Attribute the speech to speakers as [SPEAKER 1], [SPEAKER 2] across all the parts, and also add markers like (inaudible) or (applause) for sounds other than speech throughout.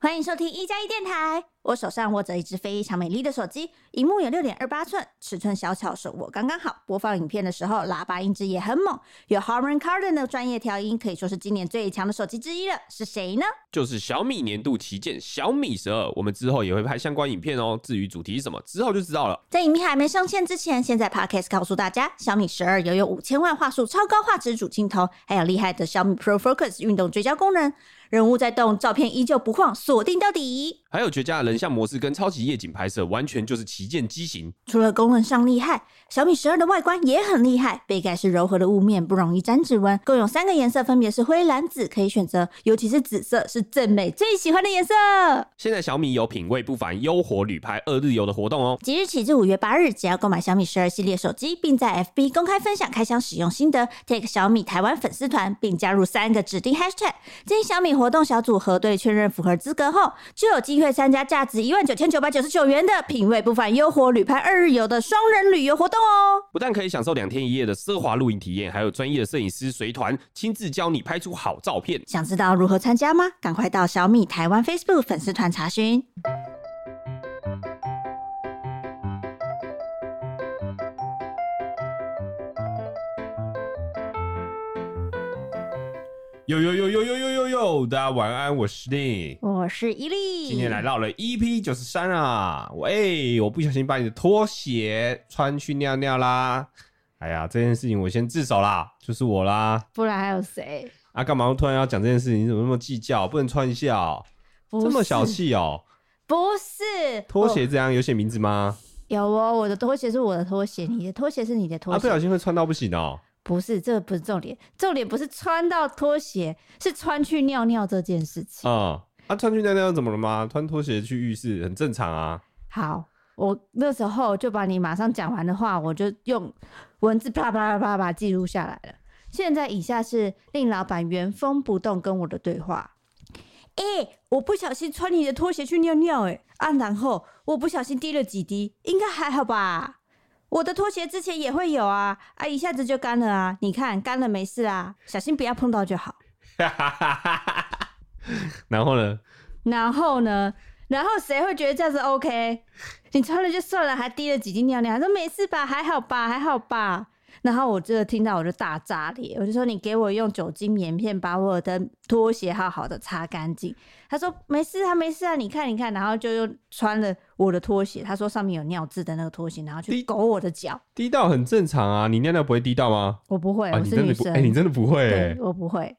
[SPEAKER 1] 欢迎收听一加一电台。我手上握着一只非常美丽的手机，荧幕有六点二八寸，尺寸小巧，手握刚刚好。播放影片的时候，喇叭音质也很猛，有 Harman Kardon 的专业调音，可以说是今年最强的手机之一了。是谁呢？
[SPEAKER 2] 就是小米年度旗舰小米十二，我们之后也会拍相关影片哦。至于主题是什么，之后就知道了。
[SPEAKER 1] 在影片还没上线之前，现在 Podcast 告诉大家，小米十二拥有五千万画素超高画质主镜头，还有厉害的小米 Pro Focus 运动追焦功能，人物在动，照片依旧不晃，锁定到底。
[SPEAKER 2] 还有绝佳的人像模式跟超级夜景拍摄，完全就是旗舰机型。
[SPEAKER 1] 除了功能上厉害，小米十二的外观也很厉害。背盖是柔和的雾面，不容易沾指纹，共有三个颜色，分别是灰、蓝、紫，可以选择，尤其是紫色是正美最喜欢的颜色。
[SPEAKER 2] 现在小米有品味不凡优活旅拍二日游的活动哦。
[SPEAKER 1] 即日起至五月八日，只要购买小米十二系列手机，并在 FB 公开分享开箱使用心得，take 小米台湾粉丝团，并加入三个指定 hashtag，经小米活动小组核对确认符合资格后，就有机会参加价值一万九千九百九十九元的品味不凡优活旅拍二日游的双人旅游活动哦。
[SPEAKER 2] 不但可以享受两天一夜的奢华露营体验，还有专业的摄影师随团亲自教你拍出好照片。
[SPEAKER 1] 想知道如何参加吗？赶快到小米台湾 Facebook 粉丝团查询。
[SPEAKER 2] 呦呦呦呦呦呦呦呦！大家晚安，我是 Nick。
[SPEAKER 1] 我是伊利，
[SPEAKER 2] 今天来到了 EP 九十三啊！喂，我不小心把你的拖鞋穿去尿尿啦！哎呀，这件事情我先自首啦，就是我啦！
[SPEAKER 1] 不然还有谁？
[SPEAKER 2] 啊，干嘛突然要讲这件事情？你怎么那么计较？不能穿一下、哦，
[SPEAKER 1] 不
[SPEAKER 2] 这么小
[SPEAKER 1] 是？
[SPEAKER 2] 气哦、
[SPEAKER 1] 不是
[SPEAKER 2] 拖鞋这样有写名字吗？
[SPEAKER 1] 有哦，我的拖鞋是我的拖鞋，你的拖鞋是你的哦拖
[SPEAKER 2] 啊，不
[SPEAKER 1] 鞋，
[SPEAKER 2] 小心会穿到不行哦、
[SPEAKER 1] 不是，这不是重点，重点不是穿到拖鞋，是穿去尿尿这件事情。
[SPEAKER 2] 啊、啊，穿去尿尿怎么了吗？穿拖鞋去浴室很正常啊。 (laughs)
[SPEAKER 1] 好，我那时候就把你马上讲完的话，我就用文字啪啪啪啪啪记录下来了。现在以下是令老板原封不动跟我的对话。哎、我不小心穿你的拖鞋去尿尿、欸，哎啊，然后我不小心滴了几滴，应该还好吧？我的拖鞋之前也会有啊，啊，一下子就干了啊，你看干了没事啊，小心不要碰到就好。
[SPEAKER 2] 然后呢？
[SPEAKER 1] 然后呢？然后谁会觉得这样子 OK？你穿了就算了，还滴了几滴尿尿，还说没事吧，还好吧，还好吧。然后我真的听到我就大炸裂，我就说你给我用酒精棉片把我的拖鞋好好的擦干净。他说没事啊，没事啊，你看你看，然后就又穿了我的拖鞋，他说上面有尿渍的那个拖鞋，然后去
[SPEAKER 2] 滴
[SPEAKER 1] 勾我的脚。
[SPEAKER 2] 滴到很正常啊，你尿尿不会滴到吗？
[SPEAKER 1] 我不会，
[SPEAKER 2] 啊，
[SPEAKER 1] 我
[SPEAKER 2] 你
[SPEAKER 1] 是
[SPEAKER 2] 真
[SPEAKER 1] 女
[SPEAKER 2] 的不，
[SPEAKER 1] 生，
[SPEAKER 2] 哎、你真的不会、
[SPEAKER 1] 对
[SPEAKER 2] 欸，
[SPEAKER 1] 我不会。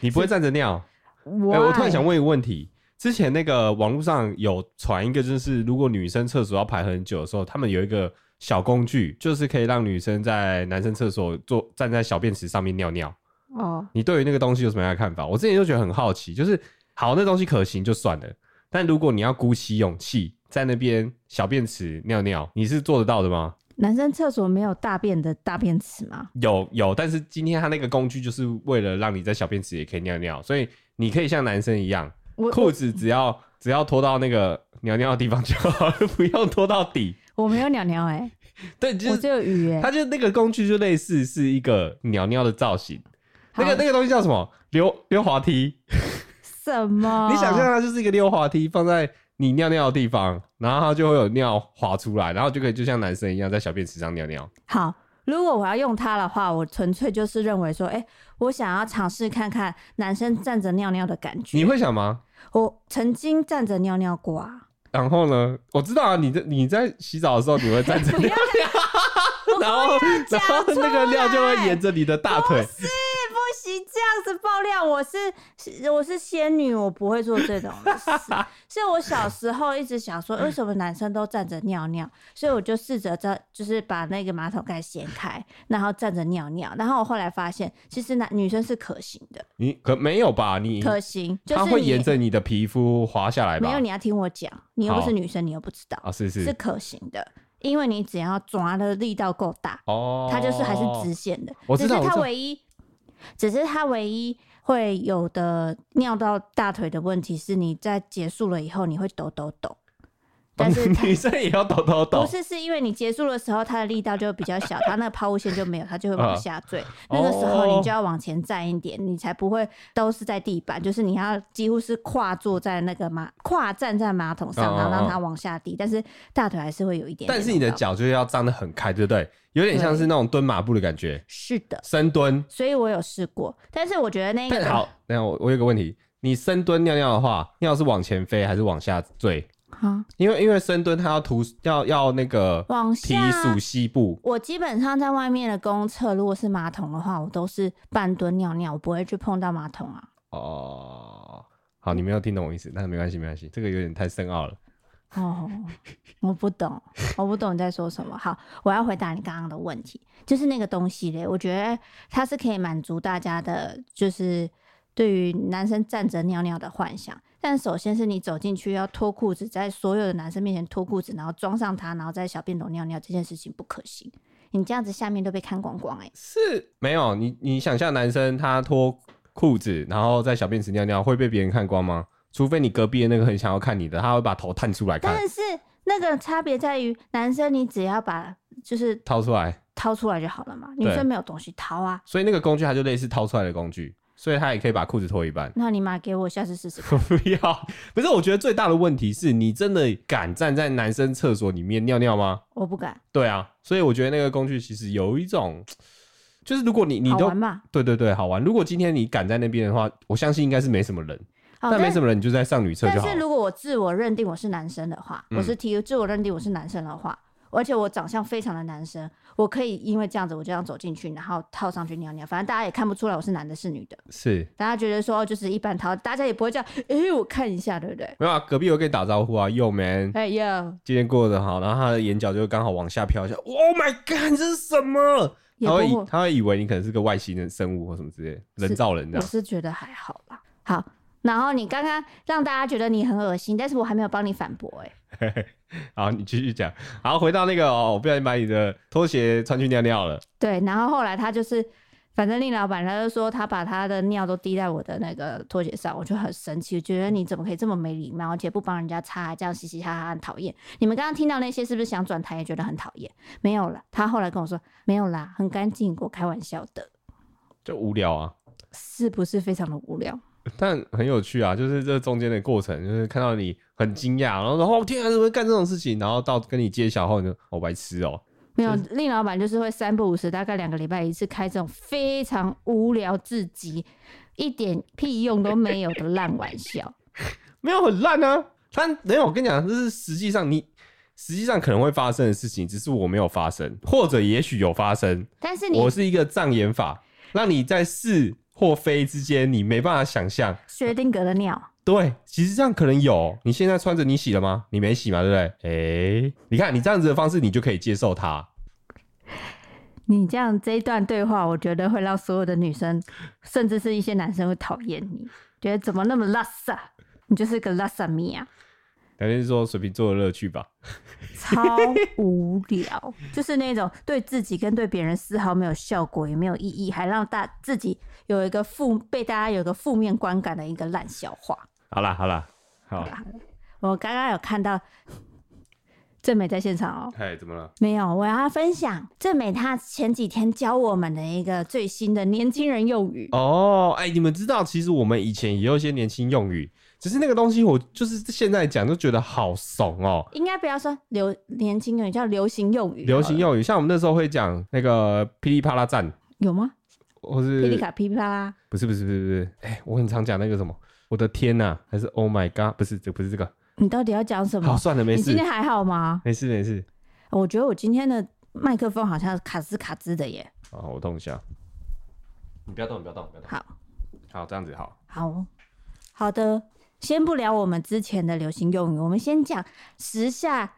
[SPEAKER 2] 你不会站着尿。
[SPEAKER 1] 我、
[SPEAKER 2] 哎、我突然想问一个问题，之前那个网络上有传一个，就是如果女生厕所要排很久的时候，他们有一个小工具，就是可以让女生在男生厕所坐站在小便池上面尿尿。
[SPEAKER 1] 哦，
[SPEAKER 2] 你对于那个东西有什么样的看法？我之前就觉得很好奇，就是好那东西可行就算了，但如果你要鼓起勇气在那边小便池尿尿，你是做得到的吗？
[SPEAKER 1] 男生厕所没有大便的大便池吗？
[SPEAKER 2] 有有，但是今天他那个工具就是为了让你在小便池也可以尿尿，所以你可以像男生一样，
[SPEAKER 1] 我
[SPEAKER 2] 裤子只要只要拖到那个尿尿的地方就好了， (laughs) 不用拖到底。
[SPEAKER 1] 我没有尿尿哎、
[SPEAKER 2] 对，就
[SPEAKER 1] 我
[SPEAKER 2] 是
[SPEAKER 1] 只有鱼哎、
[SPEAKER 2] 它就那个工具就类似是一个鸟尿的造型，那
[SPEAKER 1] 好
[SPEAKER 2] 个那个东西叫什么？溜溜滑梯。
[SPEAKER 1] 什么？
[SPEAKER 2] 你想象它就是一个溜滑梯，放在你尿尿的地方，然后它就会有尿滑出来，然后就可以就像男生一样在小便池上尿尿。
[SPEAKER 1] 好，如果我要用它的话，我纯粹就是认为说，哎、我想要尝试看看男生站着尿尿的感觉。
[SPEAKER 2] 你会想吗？
[SPEAKER 1] 我曾经站着尿尿过啊，
[SPEAKER 2] 然后呢？我知道啊，你在你在洗澡的时候，你会站着尿尿， (laughs) 然后然后那个尿就会沿着你的大腿。
[SPEAKER 1] 是不行，这样子爆料，我是是我是仙女，我不会做这种的
[SPEAKER 2] (laughs)
[SPEAKER 1] 事。是我小时候一直想说，为什么男生都站着尿尿，所以我就试着在就是把那个马桶盖掀开，然后站着尿尿。然后我后来发现，其实男女生是可行的，
[SPEAKER 2] 你可没有吧？你
[SPEAKER 1] 可行，就
[SPEAKER 2] 它
[SPEAKER 1] 是
[SPEAKER 2] 会
[SPEAKER 1] 你
[SPEAKER 2] 沿着你的皮肤滑下来吧？
[SPEAKER 1] 没有，你要听我讲，你又不
[SPEAKER 2] 好
[SPEAKER 1] 是女生，你又不知道
[SPEAKER 2] 啊，是
[SPEAKER 1] 是
[SPEAKER 2] 是
[SPEAKER 1] 可行的，因为你只要抓的力道够大，
[SPEAKER 2] 哦，
[SPEAKER 1] 它就是还是直线的。
[SPEAKER 2] 我知道
[SPEAKER 1] 只是
[SPEAKER 2] 我
[SPEAKER 1] 它
[SPEAKER 2] 知道
[SPEAKER 1] 唯一，只是它唯一会有的尿到大腿的问题是，你在结束了以后你会抖抖抖，但
[SPEAKER 2] 哦
[SPEAKER 1] 是它
[SPEAKER 2] 女生也要抖抖
[SPEAKER 1] 不
[SPEAKER 2] 抖，
[SPEAKER 1] 是是因为你结束的时候，它的力道就比较小，它那个抛物线就没有，它就会
[SPEAKER 2] 啊
[SPEAKER 1] 往下坠。那个时候
[SPEAKER 2] (laughs) 哦
[SPEAKER 1] 你就要往前站一点，你才不会都是在地板，就是你要几乎是跨坐在那个马跨站在马桶上，
[SPEAKER 2] 嗯嗯
[SPEAKER 1] 然后让
[SPEAKER 2] 嗯
[SPEAKER 1] 它往下滴，但是大腿还是会有一点点
[SPEAKER 2] 但是你的
[SPEAKER 1] 力道
[SPEAKER 2] 脚就要张得很开，对不对？有点像是那种蹲马步的感觉，
[SPEAKER 1] 是的，
[SPEAKER 2] 深蹲。
[SPEAKER 1] 所以我有试过，但是我觉得那
[SPEAKER 2] 但
[SPEAKER 1] 个
[SPEAKER 2] 好，那我我有个问题，你深蹲尿尿的话，尿是往前飞还是往下坠？
[SPEAKER 1] 哈
[SPEAKER 2] 因为因为深蹲它要突要要那个
[SPEAKER 1] 啊往
[SPEAKER 2] 提
[SPEAKER 1] 下
[SPEAKER 2] 鼠膝部，
[SPEAKER 1] 我基本上在外面的公厕，如果是马桶的话，我都是半蹲尿尿，我不会去碰到马桶啊。
[SPEAKER 2] 哦，好，你没有听懂我意思，那没关系，没关系，这个有点太深奥了。
[SPEAKER 1] 哦，我不懂，我不懂你在说什么。好，我要回答你刚刚的问题，就是那个东西嘞，我觉得它是可以满足大家的，就是对于男生站着尿尿的幻想。但首先是你走进去要脱裤子，在所有的男生面前脱裤子，然后装上它，然后在小便斗尿尿，这件事情不可行。你这样子下面都被看光光哎、
[SPEAKER 2] 是没有你你想象男生他脱裤子，然后在小便池尿尿会被别人看光吗？除非你隔壁的那个很想要看你的，他会把头探出来看，
[SPEAKER 1] 但是那个差别在于，男生你只要把就是
[SPEAKER 2] 掏出来，
[SPEAKER 1] 掏出来就好了嘛，女
[SPEAKER 2] 对
[SPEAKER 1] 生没有东西掏啊。
[SPEAKER 2] 所以那个工具它就类似掏出来的工具，所以他也可以把裤子脱一半。 (laughs)
[SPEAKER 1] 那你买给我，下次试试看。
[SPEAKER 2] 我不要，不是，我觉得最大的问题是你真的敢站在男生厕所里面尿尿吗？
[SPEAKER 1] 我不敢，
[SPEAKER 2] 对啊，所以我觉得那个工具其实有一种，就是如果你你
[SPEAKER 1] 好
[SPEAKER 2] 都
[SPEAKER 1] 玩吧？
[SPEAKER 2] 对对对好玩，如果今天你敢在那边的话，我相信应该是没什么人，
[SPEAKER 1] 好，
[SPEAKER 2] 但没什
[SPEAKER 1] 么。
[SPEAKER 2] 么人你就在上女厕
[SPEAKER 1] 哦但
[SPEAKER 2] 就好
[SPEAKER 1] 是
[SPEAKER 2] 了。
[SPEAKER 1] 如果我自我认定我是男生的话，
[SPEAKER 2] 嗯
[SPEAKER 1] 我是 T 自我认定我是男生的话，而且我长相非常的男生，我可以因为这样子我就这样走进去，然后套上去尿尿，反正大家也看不出来我是男的是女的，
[SPEAKER 2] 是
[SPEAKER 1] 大家觉得说哦就是一般掏，大家也不会这样，哎、我看一下，对不对？
[SPEAKER 2] 没有啊，隔壁有跟你打招呼啊，Yo man，
[SPEAKER 1] 哎呀，
[SPEAKER 2] 今天过得好，然后他的眼角就刚好往下飘一下，Oh my god，这是什么？
[SPEAKER 1] 也
[SPEAKER 2] 他
[SPEAKER 1] 不
[SPEAKER 2] 会以
[SPEAKER 1] 会
[SPEAKER 2] 他会以为你可能是个外星人生物或什么之类的，人造人这
[SPEAKER 1] 我 (laughs)
[SPEAKER 2] 样。
[SPEAKER 1] 是觉得还好啦。好，然后你刚刚让大家觉得你很恶心，但是我还没有帮你反驳哎、
[SPEAKER 2] 好，你继续讲。好，回到那个哦，我不小心把你的拖鞋穿去尿尿了。
[SPEAKER 1] 对，然后后来他就是，反正令老板他就说他把他的尿都滴在我的那个拖鞋上，我就很生气，觉得你怎么可以这么没礼貌，而且不帮人家擦，这样嘻嘻哈哈很讨厌。你们刚刚听到那些是不是想转台也觉得很讨厌？没有啦，他后来跟我说没有啦，很干净，我开玩笑的，
[SPEAKER 2] 就无聊啊，
[SPEAKER 1] 是不是非常的无聊？
[SPEAKER 2] 但很有趣啊，就是这中间的过程，就是看到你很惊讶，然后说哦天啊，怎么会干这种事情？然后到跟你揭晓后，你就哦白痴哦，
[SPEAKER 1] 没有，令老板就是会三不五时，大概两个礼拜一次开这种非常无聊至极、一点屁用都没有的烂玩笑。
[SPEAKER 2] 没有很烂啊。他没有，我跟你讲，这是实际上你实际上可能会发生的事情，只是我没有发生，或者也许有发生。
[SPEAKER 1] 但是你
[SPEAKER 2] 我是一个障眼法，让你在是或非之间，你没办法想象。
[SPEAKER 1] 薛定谔的尿，
[SPEAKER 2] 对，其实这样可能有。你现在穿着你洗了吗？你没洗嘛，对不对？诶、你看你这样子的方式，你就可以接受它。
[SPEAKER 1] 你这样这一段对话，我觉得会让所有的女生，甚至是一些男生会讨厌你，觉得怎么那么拉萨，你就是个拉萨米啊，
[SPEAKER 2] 等于是说水瓶座的乐趣吧。
[SPEAKER 1] 超无聊， (laughs) 就是那种对自己跟对别人丝毫没有效果，也没有意义，还让大自己有一个负被大家有一个负面观感的一个烂笑话。
[SPEAKER 2] 好啦，好啦，好。
[SPEAKER 1] 我刚刚有看到正美在现场哦，
[SPEAKER 2] 嗨，怎么了？
[SPEAKER 1] 没有，我要分享正美她前几天教我们的一个最新的年轻人用语。
[SPEAKER 2] 哦，哎、你们知道，其实我们以前也有一些年轻用语，只是那个东西我就是现在讲就觉得好怂哦、
[SPEAKER 1] 应该不要说流年轻用语，叫流行用语。
[SPEAKER 2] 流行用语，像我们那时候会讲那个噼里啪啦战，
[SPEAKER 1] 有吗？
[SPEAKER 2] 或
[SPEAKER 1] 噼里
[SPEAKER 2] 是
[SPEAKER 1] 卡噼里啪啦，
[SPEAKER 2] 不是不是不是不是，哎、我很常讲那个什么，我的天呐、还是 Oh my God，不是这不是这个。
[SPEAKER 1] 你到底要讲什
[SPEAKER 2] 好，
[SPEAKER 1] 么？
[SPEAKER 2] 算了，没
[SPEAKER 1] 你今
[SPEAKER 2] 事
[SPEAKER 1] 天，还好吗？
[SPEAKER 2] 没事没事。
[SPEAKER 1] 我觉得我今天的麦克风好像卡兹卡兹的耶。
[SPEAKER 2] 啊，我动一下。你不要动，你不要动，不要动。
[SPEAKER 1] 好，
[SPEAKER 2] 好，这样子好。
[SPEAKER 1] 好好的，先不聊我们之前的流行用语，我们先讲时下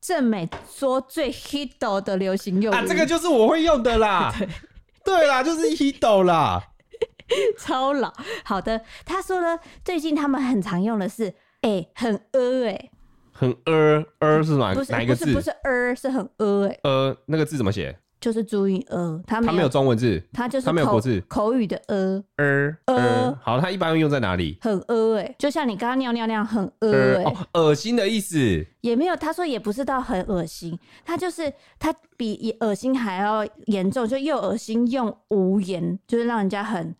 [SPEAKER 1] 正美说最 hit 的流行用语。
[SPEAKER 2] 啊，这个就是我会用的
[SPEAKER 1] (laughs)
[SPEAKER 2] 啦。对啦，就是 Hido 啦。
[SPEAKER 1] 超老。好的，他说呢，最近他们很常用的是。哎、很呃哎、
[SPEAKER 2] 很呃呃是哪
[SPEAKER 1] 不是
[SPEAKER 2] 哪一
[SPEAKER 1] 不
[SPEAKER 2] 个
[SPEAKER 1] 是不
[SPEAKER 2] 字？
[SPEAKER 1] 是呃，是很呃哎、
[SPEAKER 2] 呃，那个字怎么写？
[SPEAKER 1] 就是注音呃，它没
[SPEAKER 2] 它没有中文字，
[SPEAKER 1] 它就是
[SPEAKER 2] 它没有
[SPEAKER 1] 口
[SPEAKER 2] 国字
[SPEAKER 1] 口语的呃，
[SPEAKER 2] 呃
[SPEAKER 1] 呃
[SPEAKER 2] 呃，好，它一般会用在哪里？
[SPEAKER 1] 很呃哎、就像你刚刚尿尿那样很呃哎、
[SPEAKER 2] 呃，哦，恶心的意思。
[SPEAKER 1] 也没有，他说也不是到很恶心，他就是他比恶心还要严重，就又恶心又无言，就是让人家很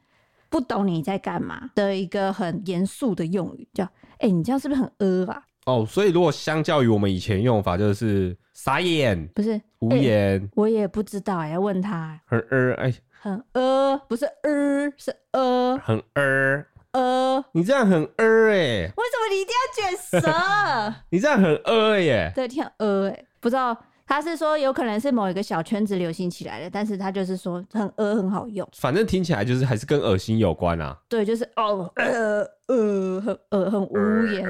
[SPEAKER 1] 不懂你在干嘛的一个很严肃的用语，叫哎、你这样是不是很呃啊？
[SPEAKER 2] 哦，所以如果相较于我们以前用法，就是傻眼、
[SPEAKER 1] 不是，
[SPEAKER 2] 无言、
[SPEAKER 1] 我也不知道哎、要问他、
[SPEAKER 2] 很呃，哎，
[SPEAKER 1] 很呃，不是呃，是呃
[SPEAKER 2] 很呃，
[SPEAKER 1] 呃，
[SPEAKER 2] 你这样很呃哎，
[SPEAKER 1] 为什么你一定要卷舌？
[SPEAKER 2] 你这样很呃耶。
[SPEAKER 1] 对，挺呃、欸，不知道他是说有可能是某一个小圈子流行起来的，但是他就是说很呃很好用，
[SPEAKER 2] 反正听起来就是还是跟恶心有关啊。
[SPEAKER 1] 对，就是哦呃呃很呃很无言，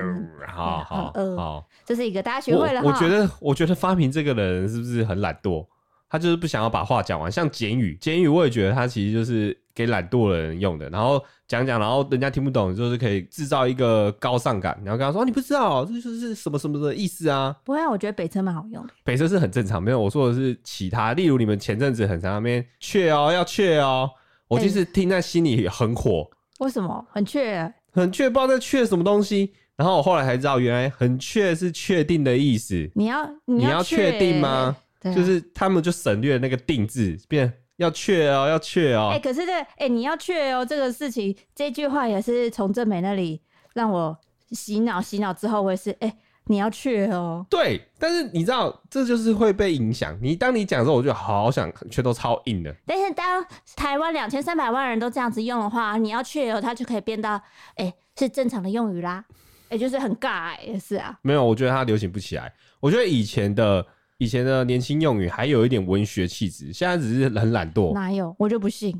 [SPEAKER 2] 呃好好
[SPEAKER 1] 很呃
[SPEAKER 2] 好，
[SPEAKER 1] 这是一个大家学
[SPEAKER 2] 我
[SPEAKER 1] 会了哈。
[SPEAKER 2] 我觉得，我觉得发明这个人是不是很懒惰？他就是不想要把话讲完。像简语，简语我也觉得他其实就是给懒惰的人用的。然后讲讲，然后人家听不懂，就是可以制造一个高尚感。然后跟他说：“啊、你不知道，这就是什么什么的意思啊。
[SPEAKER 1] 不会啊，我觉得北车蛮好用的。”
[SPEAKER 2] 北车是很正常，没有我说的是其他，例如你们前阵子很常在那边却哦，要却哦，我
[SPEAKER 1] 哎
[SPEAKER 2] 就是听在心里很火，
[SPEAKER 1] 为什么？很确认
[SPEAKER 2] 很确不知道在确什么东西。然后我后来才知道，原来很确是确定的意思。
[SPEAKER 1] 你要
[SPEAKER 2] 你
[SPEAKER 1] 要
[SPEAKER 2] 要
[SPEAKER 1] 确
[SPEAKER 2] 确定吗？
[SPEAKER 1] 对啊、
[SPEAKER 2] 就是他们就省略那个定制，变要确哦，要确哦
[SPEAKER 1] 哎、。可是这哎、你要确哦，这个事情这句话也是从郑美那里让我洗脑，洗脑之后我也是哎、你要确哦，
[SPEAKER 2] 对，但是你知道，这就是会被影响。你当你讲的时候，我就好想，全都超硬的。
[SPEAKER 1] 但是当台湾两千三百万人都这样子用的话，你要确有它就可以变到，哎、是正常的用语啦，哎、就是很尬、欸，也是啊，
[SPEAKER 2] 没有，我觉得它流行不起来。我觉得以前的以前的年轻用语还有一点文学气质，现在只是很懒惰。哦
[SPEAKER 1] 哪有我就不信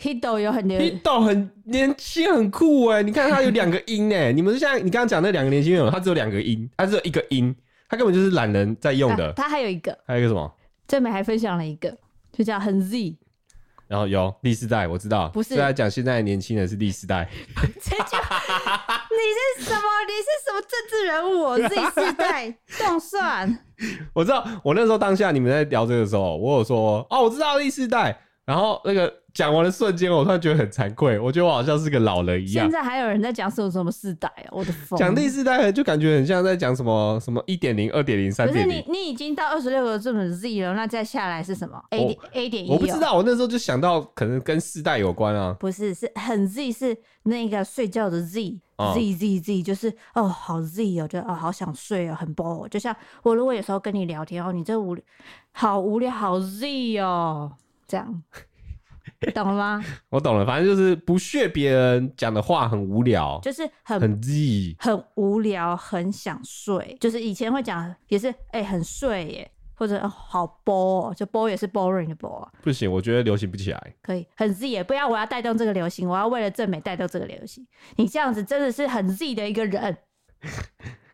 [SPEAKER 1] ，Hido 有很
[SPEAKER 2] 你
[SPEAKER 1] 流，
[SPEAKER 2] 懂很年轻很酷哎，你看它有两个音哎，你们像你刚刚讲那两个年轻用语，它只有两个音，它只有一个音，它根本就是懒人在用的。
[SPEAKER 1] 啊他还有一个，
[SPEAKER 2] 还有一个什么？
[SPEAKER 1] 最美还分享了一个，就叫很
[SPEAKER 2] (laughs)
[SPEAKER 1] Z，
[SPEAKER 2] 然后有第四代，我知道，
[SPEAKER 1] 不是
[SPEAKER 2] 虽然讲现在的年轻人是第四代， (laughs)
[SPEAKER 1] 这就你是什么？你是什么政治人物？我 Z 世
[SPEAKER 2] (laughs)
[SPEAKER 1] 代动算，
[SPEAKER 2] 我知道，我那时候当下你们在聊这个时候，我有说哦，我知道第四代，然后那个讲完的瞬间，我突然觉得很惭愧，我觉得我好像是个老人一
[SPEAKER 1] 现
[SPEAKER 2] 样。
[SPEAKER 1] 在还有人在讲什么什么世代啊？我的疯！
[SPEAKER 2] 讲第四代就感觉很像在讲什么什么一点零、二点零、三
[SPEAKER 1] 可是
[SPEAKER 2] 点
[SPEAKER 1] 你
[SPEAKER 2] 零，
[SPEAKER 1] 你已经到二十六个这么 Z 了，那再下来是什么？A
[SPEAKER 2] 我
[SPEAKER 1] 点 A 点一，哦
[SPEAKER 2] 我不知。道。我那时候就想到可能跟世代有关啊，
[SPEAKER 1] 不是，是很 Z，是那个睡觉的 Z、
[SPEAKER 2] 哦
[SPEAKER 1] Z Z Z，就是哦，好 Z 哦，就哦，好想睡哦，很 bore。就像我如果有时候跟你聊天哦，你这无好无聊，好 Z 哦，这样，懂了吗？
[SPEAKER 2] 我懂了，反正就是不屑别人讲的话很无聊，
[SPEAKER 1] 就是很很
[SPEAKER 2] 很 G。
[SPEAKER 1] 无聊，很想睡。就是以前会讲，也是哎、很睡耶，或者、哦、好 bore，哦就 bore 也是 boring 的 bore 啊。
[SPEAKER 2] 不行，我觉得流行不起来。
[SPEAKER 1] 可以很 Z 也不要，我要带动这个流行，我要为了正美带动这个流行。你这样子真的是很 Z 的一个人，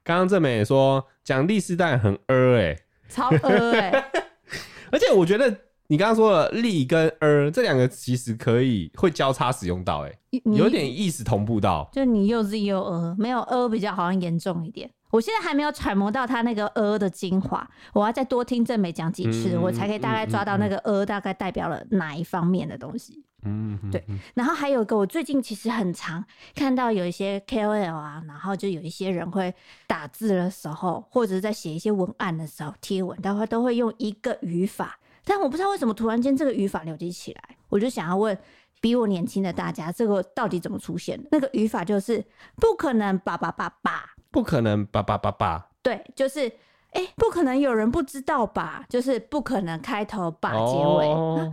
[SPEAKER 2] 刚刚正美也说讲第四代很呃哎、
[SPEAKER 1] 超呃哎、
[SPEAKER 2] (laughs) 而且我觉得你刚刚说的“力”跟“呃”这两个其实可以会交叉使用到、欸，
[SPEAKER 1] 你
[SPEAKER 2] 有点意思同步到。
[SPEAKER 1] 就你又 Z 又呃，没有呃比较好像严重一点。我现在还没有揣摩到他那个呃的精华，我要再多听郑美讲几次，
[SPEAKER 2] 嗯
[SPEAKER 1] 我才可以大概抓到那个呃大概代表了哪一方面的东西。
[SPEAKER 2] 嗯，嗯
[SPEAKER 1] 对，然后还有一个，我最近其实很常看到有一些 KOL 啊，然后就有一些人会打字的时候，或者是在写一些文案的时候、贴文，他会都会用一个语法，但我不知道为什么突然间这个语法流行起来，我就想要问。比我年轻的大家，这个到底怎么出现的？那个语法就是不可能，爸爸爸爸，
[SPEAKER 2] 不可能，叭叭叭叭，
[SPEAKER 1] 对，就是哎、不可能有人不知道吧？就是不可能开头吧，结尾，
[SPEAKER 2] 哦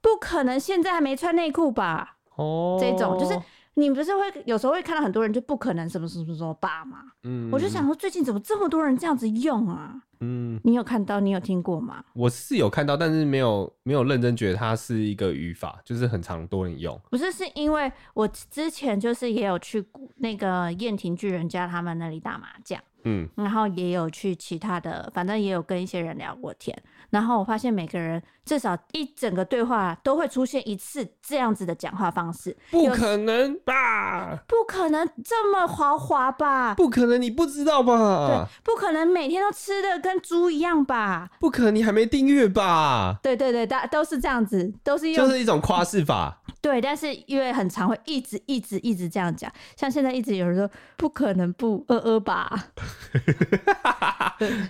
[SPEAKER 1] 不可能现在还没穿内裤吧？
[SPEAKER 2] 哦
[SPEAKER 1] 这种就是你不是会有时候会看到很多人就不可能什么什么什么爸嘛？
[SPEAKER 2] 嗯
[SPEAKER 1] 我就想，说最近怎么这么多人这样子用啊？
[SPEAKER 2] 嗯，
[SPEAKER 1] 你有看到，你有听过吗？
[SPEAKER 2] 我是有看到，但是没有没有认真觉得它是一个语法，就是很常多人用。
[SPEAKER 1] 不是，是因为我之前就是也有去那个燕婷巨人家他们那里打麻将，
[SPEAKER 2] 嗯
[SPEAKER 1] 然后也有去其他的，反正也有跟一些人聊过天。然后我发现每个人至少一整个对话都会出现一次这样子的讲话方式，
[SPEAKER 2] 不可能吧？
[SPEAKER 1] 不可能这么豪华吧？
[SPEAKER 2] 不可能，你不知道
[SPEAKER 1] 对
[SPEAKER 2] 吧？，
[SPEAKER 1] 不可能每天都吃的跟猪一样吧？
[SPEAKER 2] 不可能，你还没订阅吧？
[SPEAKER 1] 对对对，大都是这样子，都是用、
[SPEAKER 2] 就是一种夸饰法，
[SPEAKER 1] 对，但是因为很常会一直一直一直这样讲，像现在一直有人说不可能不呃呃吧，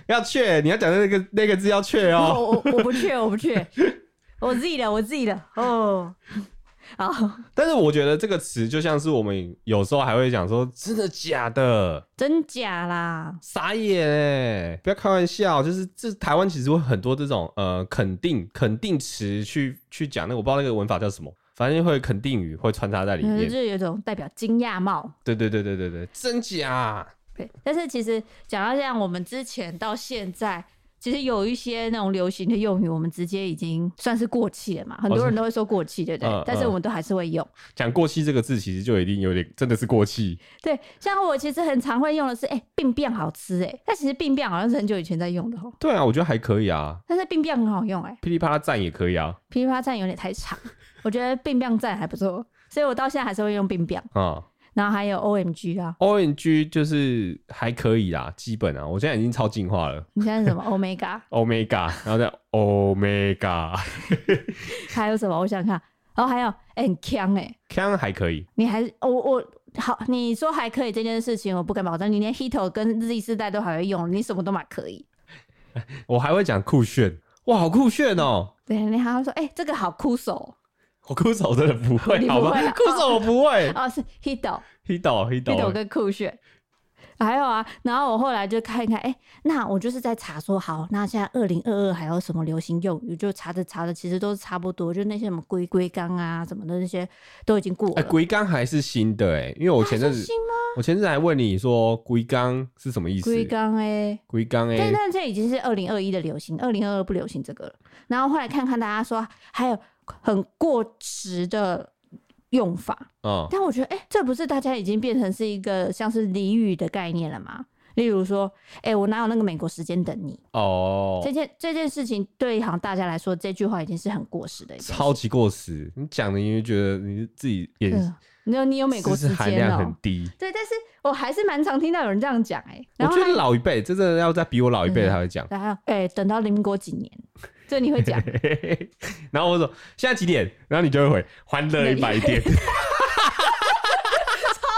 [SPEAKER 2] 要确，你要讲的那个那个字要确哦。
[SPEAKER 1] 我我我不去我不去，我自己的我自己的哦，好，
[SPEAKER 2] 但是我觉得这个词就像是我们有时候还会讲说，真的假的，
[SPEAKER 1] 真假啦，
[SPEAKER 2] 傻眼哎、不要开玩笑，就是这台湾其实会很多这种呃肯定肯定词去去讲那个，我不知道那个文法叫什么，反正会肯定语会穿插在里
[SPEAKER 1] 嗯
[SPEAKER 2] 面
[SPEAKER 1] 就。是有一种代表惊讶帽。
[SPEAKER 2] 对对对对对对，真假？
[SPEAKER 1] 对，但是其实讲到这样，我们之前到现在，其实有一些那种流行的用语，我们直接已经算是过气了嘛。很多人都会说过气，对不对？
[SPEAKER 2] 哦嗯嗯
[SPEAKER 1] 但是我们都还是会用。
[SPEAKER 2] 讲过气这个字，其实就已经有点真的是过气。
[SPEAKER 1] 对，像我其实很常会用的是，哎、病变好吃、哎，但其实病变好像是很久以前在用的哦。
[SPEAKER 2] 对啊，我觉得还可以啊，
[SPEAKER 1] 但是病变很好用、哎，
[SPEAKER 2] 噼里啪啦赞也可以啊
[SPEAKER 1] 噼里啪啦站有点太长， (laughs) 我觉得病变站还不错，所以我到现在还是会用病变。
[SPEAKER 2] 啊。
[SPEAKER 1] 然后还有 O M G 啊，
[SPEAKER 2] O N G 就是还可以啦，基本啊，我现在已经超进化了
[SPEAKER 1] 你现在是什么 Omega， (laughs)
[SPEAKER 2] ，Omega，然后再 Omega，
[SPEAKER 1] 还有什么？我想想看，然后还有哎、很强哎、
[SPEAKER 2] 康还可以，
[SPEAKER 1] 你还我我好，你说还可以这件事情，我不敢保证。你连 Hito 跟 Z 世代都还会用，你什么都蛮可以。
[SPEAKER 2] 我还会讲酷炫，哇，好酷炫哦、
[SPEAKER 1] 对，你还会说，哎、这个好酷手
[SPEAKER 2] 我酷手真的不会，
[SPEAKER 1] 你不
[SPEAKER 2] 好
[SPEAKER 1] 会啊
[SPEAKER 2] 吧？酷手我不会
[SPEAKER 1] 哦，是 Hito
[SPEAKER 2] ，Hido
[SPEAKER 1] Hito
[SPEAKER 2] Hido，
[SPEAKER 1] 跟酷炫。还有啊，然后我后来就看一看，哎、那我就是在查说，好，那现在二零二二还有什么流行用语？就查着查着，其实都是差不多，就那些什么龟龟缸啊什么的那些都已经过了。
[SPEAKER 2] 哎，龟缸还是新的哎、因为我前阵
[SPEAKER 1] 啊是
[SPEAKER 2] 子
[SPEAKER 1] 新吗？
[SPEAKER 2] 我前阵子还问你说龟缸是什么意思？
[SPEAKER 1] 龟缸哎、
[SPEAKER 2] 龟缸哎
[SPEAKER 1] 但，但这已经是二零二一的流行，二零二二不流行这个了。然后后来看看大家说还有很过时的用法，
[SPEAKER 2] 嗯，
[SPEAKER 1] 但我觉得哎、诶这不是大家已经变成是一个像是俚语的概念了吗？例如说，哎、我哪有那个美国时间等你？
[SPEAKER 2] 哦
[SPEAKER 1] 这，件这件事情对好像大家来说，这句话已经是很过时的一件事。
[SPEAKER 2] 超级过时，你讲的你就觉得你自己眼
[SPEAKER 1] 嗯，你有你有美国
[SPEAKER 2] 知
[SPEAKER 1] 时
[SPEAKER 2] 识含
[SPEAKER 1] 间
[SPEAKER 2] 量
[SPEAKER 1] 哦、
[SPEAKER 2] 很低。
[SPEAKER 1] 对，但是我还是蛮常听到有人这样讲哎、诶
[SPEAKER 2] 我
[SPEAKER 1] 然后
[SPEAKER 2] 觉
[SPEAKER 1] 还
[SPEAKER 2] 得老一辈，这真的要再比我老一辈才会讲。
[SPEAKER 1] 然后哎、诶等到民国几年，这你会讲
[SPEAKER 2] 然后我说现在几点？然后你就会回欢乐一
[SPEAKER 1] (laughs)
[SPEAKER 2] 百点。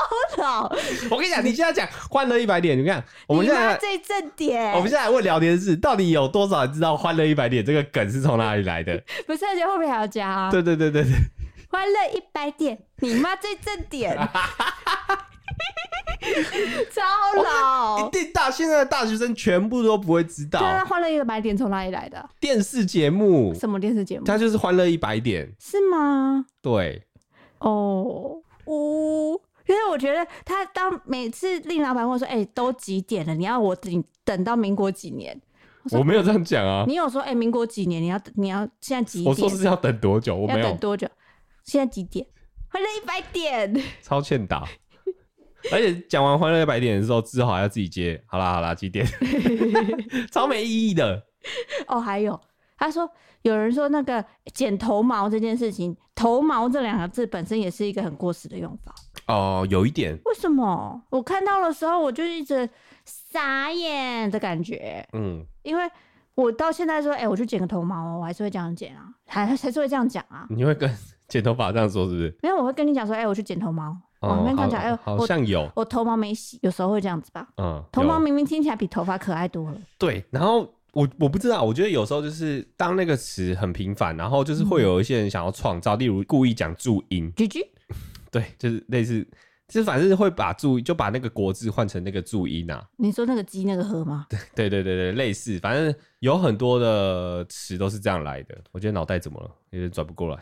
[SPEAKER 1] 不懂？
[SPEAKER 2] 我跟你讲，你现在讲欢乐一百点，你看 (laughs) 我
[SPEAKER 1] (laughs)
[SPEAKER 2] 们
[SPEAKER 1] 你
[SPEAKER 2] 现
[SPEAKER 1] 妈
[SPEAKER 2] 在
[SPEAKER 1] 这正点，
[SPEAKER 2] 我们现在问聊天室，到底有多少人知道欢乐一百点这个梗是从哪里来
[SPEAKER 1] (laughs)
[SPEAKER 2] 的？
[SPEAKER 1] 不是，而且后面还要加、啊，
[SPEAKER 2] 对对对对对，
[SPEAKER 1] 欢乐一百点，你妈最正点， (laughs) 超
[SPEAKER 2] 一
[SPEAKER 1] 老。
[SPEAKER 2] 定大现在的大学生全部都不会知
[SPEAKER 1] 对啊，
[SPEAKER 2] 道
[SPEAKER 1] 欢乐一百点从哪里来的？
[SPEAKER 2] 电视节目，
[SPEAKER 1] 什么电视节目？
[SPEAKER 2] 它就是欢乐一百点。
[SPEAKER 1] 是吗？
[SPEAKER 2] 对，
[SPEAKER 1] 哦，呜。因为我觉得他当每次令老板问我说：“哎、都几点了？你要我等等到民国几年说
[SPEAKER 2] 我没有这样讲啊？”，
[SPEAKER 1] 你有说：“哎、民国几年？你要你要现在几
[SPEAKER 2] 我
[SPEAKER 1] 点？
[SPEAKER 2] 说是要等多久？我
[SPEAKER 1] 要
[SPEAKER 2] 没
[SPEAKER 1] 等
[SPEAKER 2] 有，
[SPEAKER 1] 多久？现在几点？ (laughs) 欢乐一百点。”
[SPEAKER 2] 超欠打。而且讲完欢乐一百点的时候，志豪还要自己接。好啦好啦，
[SPEAKER 1] (laughs)
[SPEAKER 2] 几点？超没意义的。
[SPEAKER 1] 哦，还有他说有人说那个剪头毛这件事情，头毛这两个字本身也是一个很过时的用法。
[SPEAKER 2] 哦，有一点，
[SPEAKER 1] 为什么？我看到的时候我就一直傻眼的感觉，
[SPEAKER 2] 嗯
[SPEAKER 1] 因为我到现在说，哎、我去剪个头毛哦，我还是会这样剪啊，还还是会这样讲啊。
[SPEAKER 2] 你会跟剪头发这样说是不是？
[SPEAKER 1] 没有，我会跟你讲说，哎、我去剪头毛，我
[SPEAKER 2] 哦
[SPEAKER 1] 跟你讲讲，哎、
[SPEAKER 2] 好好
[SPEAKER 1] 我
[SPEAKER 2] 像有，
[SPEAKER 1] 我头毛没洗，有时候会这样子吧。
[SPEAKER 2] 嗯，
[SPEAKER 1] 头毛
[SPEAKER 2] 有
[SPEAKER 1] 明明听起来比头发可爱多了，
[SPEAKER 2] 对，然后。我我不知道，我觉得有时候就是当那个词很频繁，然后就是会有一些人想要创造，例如故意讲注音，
[SPEAKER 1] 居居
[SPEAKER 2] 对，就是类似，就是反正会把注就把那个国字换成那个注音啊，
[SPEAKER 1] 你说那个鸡那个河吗？
[SPEAKER 2] 对对对对，类似，反正有很多的词都是这样来的。我觉得脑袋怎么了，有点转不过来。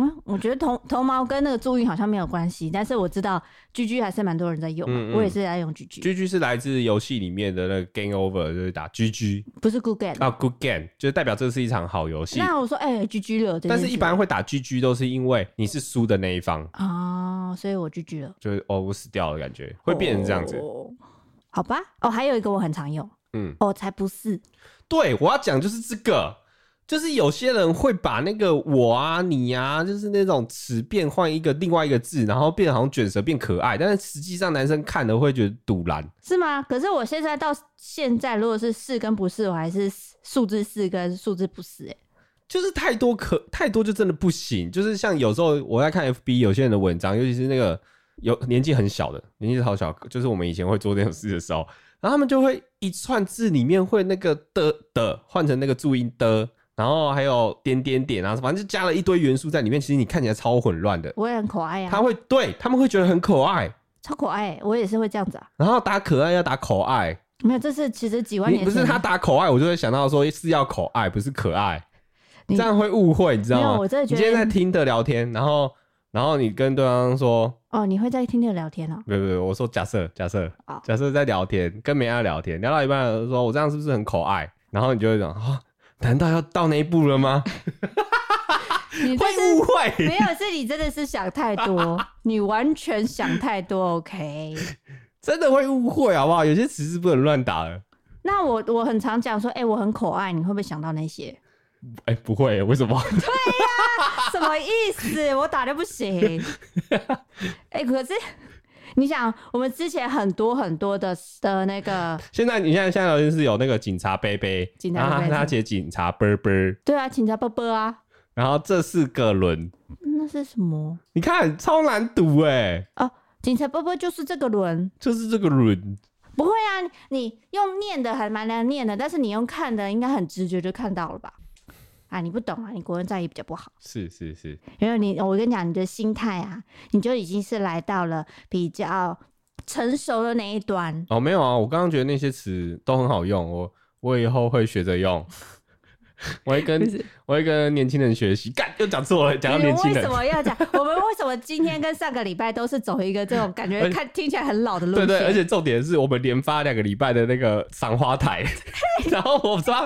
[SPEAKER 1] 嗯，我觉得头头毛跟那个注意好像没有关系，但是我知道居居还是蛮多人在用嘛，
[SPEAKER 2] 嗯嗯
[SPEAKER 1] 我也是在用居居，
[SPEAKER 2] G G 是来自游戏里面的那个 Game Over，就是打 G G
[SPEAKER 1] 不是 Google、
[SPEAKER 2] 啊，Good Game，就是代表这是一场好游戏。
[SPEAKER 1] 那我说哎、居居了，这
[SPEAKER 2] 但
[SPEAKER 1] 件
[SPEAKER 2] 是，一
[SPEAKER 1] 事
[SPEAKER 2] 般会打 G G 都是因为你是输的那一方，
[SPEAKER 1] 哦，所以我居居了，
[SPEAKER 2] 就是哦，我死掉了，感觉会变成这样子。
[SPEAKER 1] 哦好吧。哦，还有一个我很常用，
[SPEAKER 2] 嗯，
[SPEAKER 1] 哦，才不是，
[SPEAKER 2] 对，我要讲就是这个，就是有些人会把那个我啊、你啊，就是那种词变换一个另外一个字，然后变得好像卷舌变可爱，但是实际上男生看了会觉得堵然。
[SPEAKER 1] 是吗？可是我现在到现在，如果是是跟不是，我还是数字是跟数字不是、欸。
[SPEAKER 2] 就是太多可太多就真的不行，就是像有时候我在看 FB 有些人的文章，尤其是那个有年纪很小的，年纪好小，就是我们以前会做这种事的时候，然后他们就会一串字里面会那个的的换成那个注音的，然后还有点点点啊，反正就加了一堆元素在里面，其实你看起来超混乱的，
[SPEAKER 1] 我也很可爱呀、
[SPEAKER 2] 他会对他们会觉得很可爱，
[SPEAKER 1] 超可爱、欸，我也是会这样子啊。
[SPEAKER 2] 然后打可爱要打口爱，
[SPEAKER 1] 没有，这是其实几万
[SPEAKER 2] 你
[SPEAKER 1] 年
[SPEAKER 2] 不是
[SPEAKER 1] 前
[SPEAKER 2] 他打口爱，我就会想到说是要口爱，不是可爱，
[SPEAKER 1] 你
[SPEAKER 2] 这样会误会，你知道
[SPEAKER 1] 没
[SPEAKER 2] 吗？
[SPEAKER 1] 有我真的觉得
[SPEAKER 2] 你今天在听的聊天，然后然后你跟对方说，
[SPEAKER 1] 哦，你会在听着聊天哦、
[SPEAKER 2] 不不不，我说假设假设
[SPEAKER 1] 好
[SPEAKER 2] 假设在聊天，跟别人聊天，聊到一半我就说我这样是不是很口爱？然后你就会讲啊，难道要到那一步了吗？
[SPEAKER 1] (laughs) 你这
[SPEAKER 2] 会
[SPEAKER 1] 是
[SPEAKER 2] 误会，
[SPEAKER 1] 没有，是你真的是想太多，你完全想太多。OK，
[SPEAKER 2] 真的会误会好不好？有些词是不能乱打的。
[SPEAKER 1] 那我我很常讲说，哎、我很可爱，你会不会想到那些？
[SPEAKER 2] 哎、不会，为什么？ (laughs)
[SPEAKER 1] 什么意思？我打就不行。哎、可是你想，我们之前很多很多的的那个，
[SPEAKER 2] 现在你现在现在聊天是有那个警察杯杯，
[SPEAKER 1] 警察杯
[SPEAKER 2] 然后
[SPEAKER 1] 杯
[SPEAKER 2] 他他写警察杯杯，
[SPEAKER 1] 对啊，请假波波啊，
[SPEAKER 2] 然后这四个轮，
[SPEAKER 1] 那是什么？
[SPEAKER 2] 你看超难读哎、
[SPEAKER 1] 警察波波就是这个轮，
[SPEAKER 2] 就是这个轮，
[SPEAKER 1] 不会啊，你用念的还蛮难念的，但是你用看的应该很直觉就看到了吧？啊，你不懂啊，你国文造诣比较不好。
[SPEAKER 2] 是是是，
[SPEAKER 1] 因为你，我跟你讲，你的心态啊，你就已经是来到了比较成熟的那一端。
[SPEAKER 2] 哦，没有啊，我刚刚觉得那些词都很好用，我我以后会学着用， (laughs) 我会跟我会跟年轻人学习，干又讲错了，讲到
[SPEAKER 1] 你
[SPEAKER 2] 年
[SPEAKER 1] 们
[SPEAKER 2] 轻
[SPEAKER 1] 哎为
[SPEAKER 2] 人
[SPEAKER 1] 什，么要讲？我们为什么今天跟上个礼拜都是走一个这种
[SPEAKER 2] (laughs)
[SPEAKER 1] 感觉
[SPEAKER 2] 而且
[SPEAKER 1] 看听起来很老的路
[SPEAKER 2] 对
[SPEAKER 1] 线？
[SPEAKER 2] 对，而且重点是我们连发两个礼拜的那个赏
[SPEAKER 1] (laughs)
[SPEAKER 2] 花台，然后我发，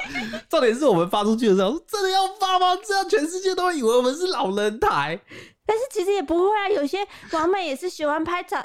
[SPEAKER 2] 重点是我们发出去的时候，真的要发吗？这样全世界都会以为我们是老人台。
[SPEAKER 1] 但是其实也不会啊，有些王美也是喜欢拍照、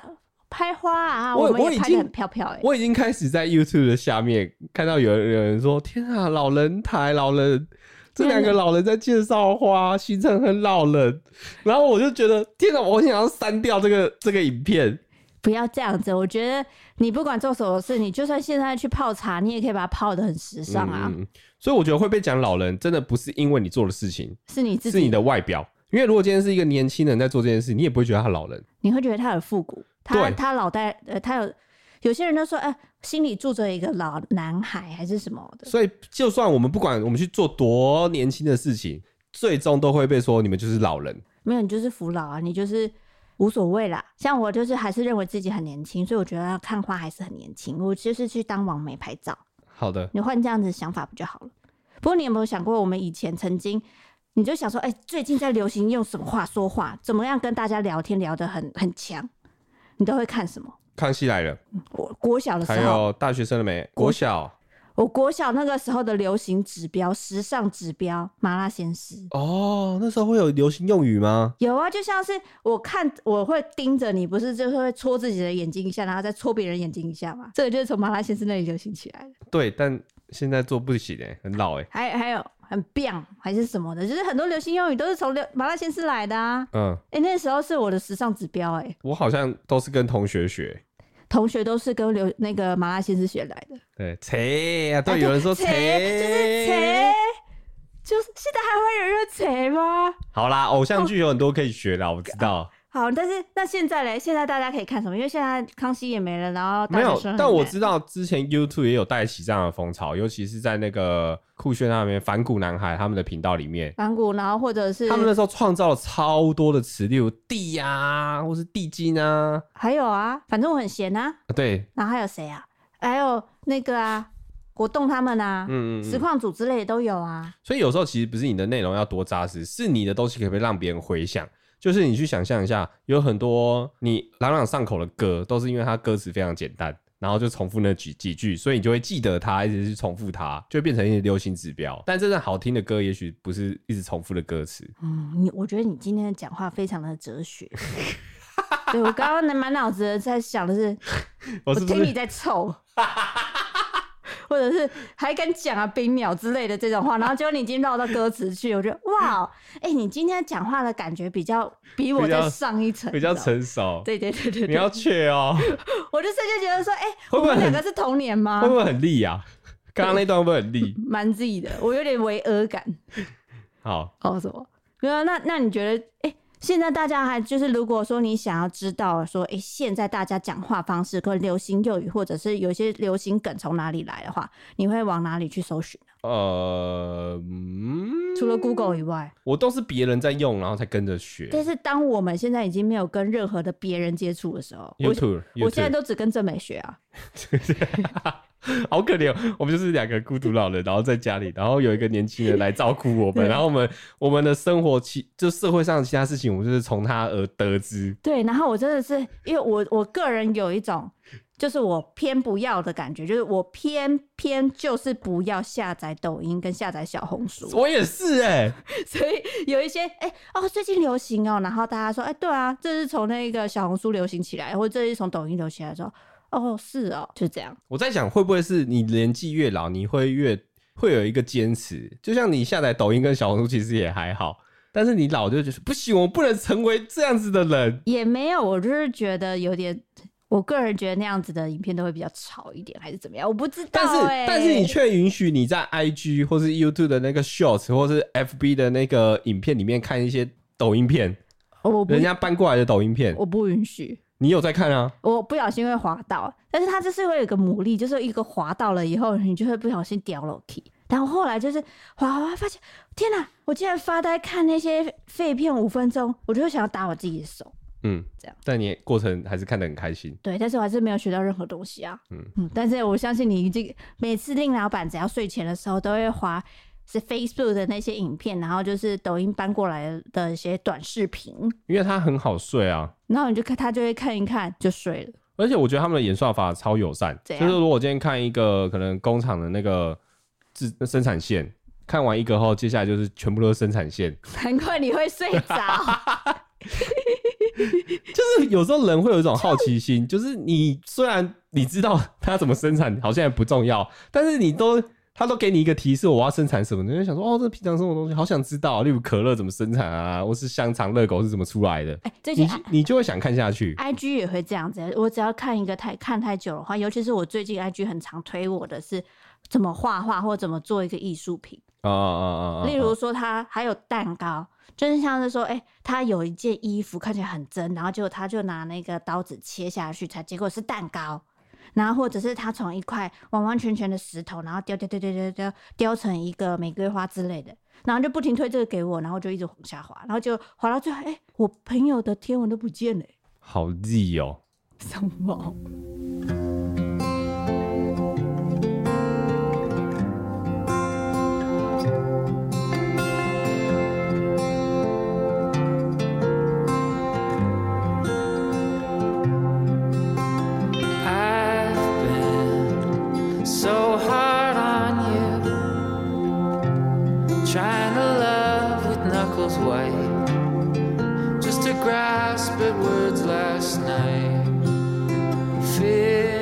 [SPEAKER 1] 拍花啊，
[SPEAKER 2] 我
[SPEAKER 1] 们
[SPEAKER 2] 我已
[SPEAKER 1] 也拍
[SPEAKER 2] 经
[SPEAKER 1] 的很飘飘哎。
[SPEAKER 2] 我已经开始在 YouTube 的下面看到有人有人说：“天啊，老人台老人，这两个老人在介绍花，行程很老人。”然后我就觉得，天哪，我很想要删掉这个这个影片。
[SPEAKER 1] 不要这样子，我觉得你不管做什么事，你就算现在去泡茶，你也可以把它泡的很时尚啊，
[SPEAKER 2] 嗯，所以我觉得会被讲老人，真的不是因为你做的事情，
[SPEAKER 1] 是你自
[SPEAKER 2] 是
[SPEAKER 1] 己，
[SPEAKER 2] 你的外表。因为如果今天是一个年轻人在做这件事，你也不会觉得他老人。
[SPEAKER 1] 你会觉得他很复古，他
[SPEAKER 2] 对
[SPEAKER 1] 他脑袋呃，他有有些人就说，哎、心里住着一个老男孩还是什么的，
[SPEAKER 2] 所以，就算我们不管我们去做多年轻的事情，最终都会被说你们就是老人。
[SPEAKER 1] 没有，你就是服老啊，你就是无所谓啦。像我就是还是认为自己很年轻，所以我觉得看花还是很年轻，我就是去当网媒拍照。
[SPEAKER 2] 好的，
[SPEAKER 1] 你换这样子想法不就好了？不过你有没有想过，我们以前曾经，你就想说，哎、最近在流行用什么话说话，怎么样跟大家聊天聊得很很强，你都会看什么？
[SPEAKER 2] 康熙来了，
[SPEAKER 1] 我国小的
[SPEAKER 2] 还
[SPEAKER 1] 时候，
[SPEAKER 2] 有大学生了没？国小。
[SPEAKER 1] 我国小那个时候的流行指标、时尚指标，麻辣鲜师。
[SPEAKER 2] 哦，那时候会有流行用语吗？
[SPEAKER 1] 有啊，就像是我看我会盯着你，不是就是会戳自己的眼睛一下，然后再戳别人眼睛一下嘛？这个就是从麻辣鲜师那里流行起来的。
[SPEAKER 2] 对，但现在做不行哎、很老哎、
[SPEAKER 1] 还有还有很 biang 还是什么的，就是很多流行用语都是从流麻辣鲜师来的啊。
[SPEAKER 2] 嗯，
[SPEAKER 1] 哎、那时候是我的时尚指标、欸，
[SPEAKER 2] 我好像都是跟同学学。
[SPEAKER 1] 同学都是跟刘那个麻辣鲜师学来的。
[SPEAKER 2] 对，切啊，对，
[SPEAKER 1] 啊
[SPEAKER 2] 有人说
[SPEAKER 1] 切就是切
[SPEAKER 2] 切。，
[SPEAKER 1] 就是现在还会有人切吗？
[SPEAKER 2] 好啦，偶
[SPEAKER 1] (laughs)
[SPEAKER 2] 像剧有很多可以学啦，我知道。
[SPEAKER 1] 好，但是那现在嘞，现在大家可以看什么？因为现在康熙也没了，然后大
[SPEAKER 2] 没
[SPEAKER 1] 学
[SPEAKER 2] 有
[SPEAKER 1] 生，很
[SPEAKER 2] 但我
[SPEAKER 1] 难
[SPEAKER 2] 知道之前 YouTube 也有带起这样的风潮，尤其是在那个酷炫那边反骨男孩他们的频道里面，
[SPEAKER 1] 反骨，然后或者是
[SPEAKER 2] 他们那时候创造了超多的词，例如地呀、啊，或是地精啊。
[SPEAKER 1] 还有啊，反正我很闲啊。
[SPEAKER 2] 啊对，
[SPEAKER 1] 然后还有谁啊？还有那个啊，国栋他们啊，
[SPEAKER 2] 嗯嗯嗯
[SPEAKER 1] 实况组之类的都有啊。
[SPEAKER 2] 所以有时候其实不是你的内容要多扎实，是你的东西可不可以让别人回想。就是你去想象一下，有很多你朗朗上口的歌，都是因为它歌词非常简单，然后就重复那几几句，所以你就会记得它，一直去重复它，就会变成一些流行指
[SPEAKER 1] 嗯
[SPEAKER 2] 标。但真正好听的歌，也许不是一直重复的歌词。
[SPEAKER 1] 嗯，你我觉得你今天的讲话非常的哲学。 (laughs) 对我刚刚满脑子的在想的是，我
[SPEAKER 2] 我是不
[SPEAKER 1] 听你
[SPEAKER 2] 是
[SPEAKER 1] 在臭， (laughs) 或者是还敢讲啊冰鸟之类的这种话，然后结果你已经绕到歌词去，我觉得哇，哎、你今天讲话的感觉比较比我
[SPEAKER 2] 比较
[SPEAKER 1] 再上一层，
[SPEAKER 2] (laughs) 比较
[SPEAKER 1] 你知道吗。
[SPEAKER 2] 成熟？
[SPEAKER 1] 对对对对
[SPEAKER 2] 你
[SPEAKER 1] 对，
[SPEAKER 2] 要去哦，
[SPEAKER 1] 我就瞬间觉得说，哎、
[SPEAKER 2] 会不
[SPEAKER 1] 我
[SPEAKER 2] 会
[SPEAKER 1] 们两
[SPEAKER 2] 很
[SPEAKER 1] 个是同年吗
[SPEAKER 2] 会？不会很利
[SPEAKER 1] (laughs)
[SPEAKER 2] 啊？刚刚那段会不会很利？
[SPEAKER 1] 蛮自己的，我有点为恶感。
[SPEAKER 2] 好，
[SPEAKER 1] 哦，什么？没有，那那你觉得，哎、现在大家还就是，如果说你想要知道说，哎、现在大家讲话方式跟流行用语，或者是有一些流行梗从哪里来的话，你会往哪里去搜寻呢？
[SPEAKER 2] 呃，嗯，
[SPEAKER 1] 除了 Google 以外，
[SPEAKER 2] 我都是别人在用，然后才跟着学。
[SPEAKER 1] 但是当我们现在已经没有跟任何的别人接触的时候，我
[SPEAKER 2] YouTube，
[SPEAKER 1] 我现在都只跟正美学啊。
[SPEAKER 2] (laughs) 好可怜哦，我们就是两个孤独老人，然后在家里，然后有一个年轻人来照顾我们，然后我们我们的生活其就社会上的其他事情，我们就是从他而得知。
[SPEAKER 1] 对，然后我真的是因为我我个人有一种。就是我偏不要的感觉，就是我偏偏就是不要下载抖音跟下载小红书。
[SPEAKER 2] 我也是哎、
[SPEAKER 1] (laughs) 所以有一些哎、哦，最近流行哦，然后大家说哎、对啊，这是从那个小红书流行起来，或者这是从抖音流行起来的时候，哦是哦，就这样。
[SPEAKER 2] 我在想会不会是你年纪越老，你会越会有一个坚持，就像你下载抖音跟小红书其实也还好，但是你老就觉得不行，我不能成为这样子的人。
[SPEAKER 1] 也没有，我就是觉得有点，我个人觉得那样子的影片都会比较吵一点，还是怎么样，我不知道、
[SPEAKER 2] 但是，
[SPEAKER 1] 哎
[SPEAKER 2] 但是你却允许你在 IG 或是 YouTube 的那个 Shorts 或是 FB 的那个影片里面看一些抖音片，
[SPEAKER 1] 我不
[SPEAKER 2] 人家搬过来的抖音片，
[SPEAKER 1] 我不允许。
[SPEAKER 2] 你有在看啊？
[SPEAKER 1] 我不小心会滑到，但是它就是会有一个魔力，就是一个滑到了以后，你就会不小心掉了 key。然后后来就是滑滑滑，发现天哪，我竟然发呆看那些废片五分钟，我就会想要打我自己的手。
[SPEAKER 2] 嗯，
[SPEAKER 1] 这样。
[SPEAKER 2] 但你过程还是看得很开心。
[SPEAKER 1] 对，但是我还是没有学到任何东西啊。
[SPEAKER 2] 嗯
[SPEAKER 1] 嗯但是我相信你已经每次令老板只要睡前的时候都会滑是 Facebook 的那些影片，然后就是抖音搬过来的一些短视频，
[SPEAKER 2] 因为它很好睡啊，
[SPEAKER 1] 然后你就看他就会看一看就睡了。 (laughs)
[SPEAKER 2] 而且我觉得他们的演算法超友善，
[SPEAKER 1] 怎
[SPEAKER 2] 就是
[SPEAKER 1] 样
[SPEAKER 2] 如果今天看一个可能工厂的那个制生产线，看完一个后，接下来就是全部都是生产线，
[SPEAKER 1] 难怪你会睡着。 (laughs)
[SPEAKER 2] 就是有时候人会有一种好
[SPEAKER 1] (laughs)
[SPEAKER 2] 奇心，就是你虽然你知道它怎么生产好像也不重要，但是你都。他都给你一个提示，我要生产什么，你就会想说，哦，这平常生活东西好想知道，例如可乐怎么生产啊，或是香肠、热狗是怎么出来的，
[SPEAKER 1] 哎、最
[SPEAKER 2] 你
[SPEAKER 1] 近
[SPEAKER 2] 就你就会想看下去。
[SPEAKER 1] I G 也会这样子，我只要看一个太看太久的话，尤其是我最近 I G 很常推我的是怎么画画或怎么做一个艺术品，
[SPEAKER 2] 啊啊啊啊！
[SPEAKER 1] 例如说它还有蛋糕，就是像是说，哎、他有一件衣服看起来很真，然后结果他就拿那个刀子切下去，才结果是蛋糕。然后或者是他从一块完完全全的石头，然后雕雕雕雕雕雕雕成一个玫瑰花之类的，然后就不停推这个给我，然后就一直往下滑，然后就滑到最后，哎、我朋友的贴文都不见了、哎
[SPEAKER 2] 好腻哦、
[SPEAKER 1] 什么？ (laughs)
[SPEAKER 3] I've been so hard on you, trying to love with knuckles white, just to grasp at words last night. Fear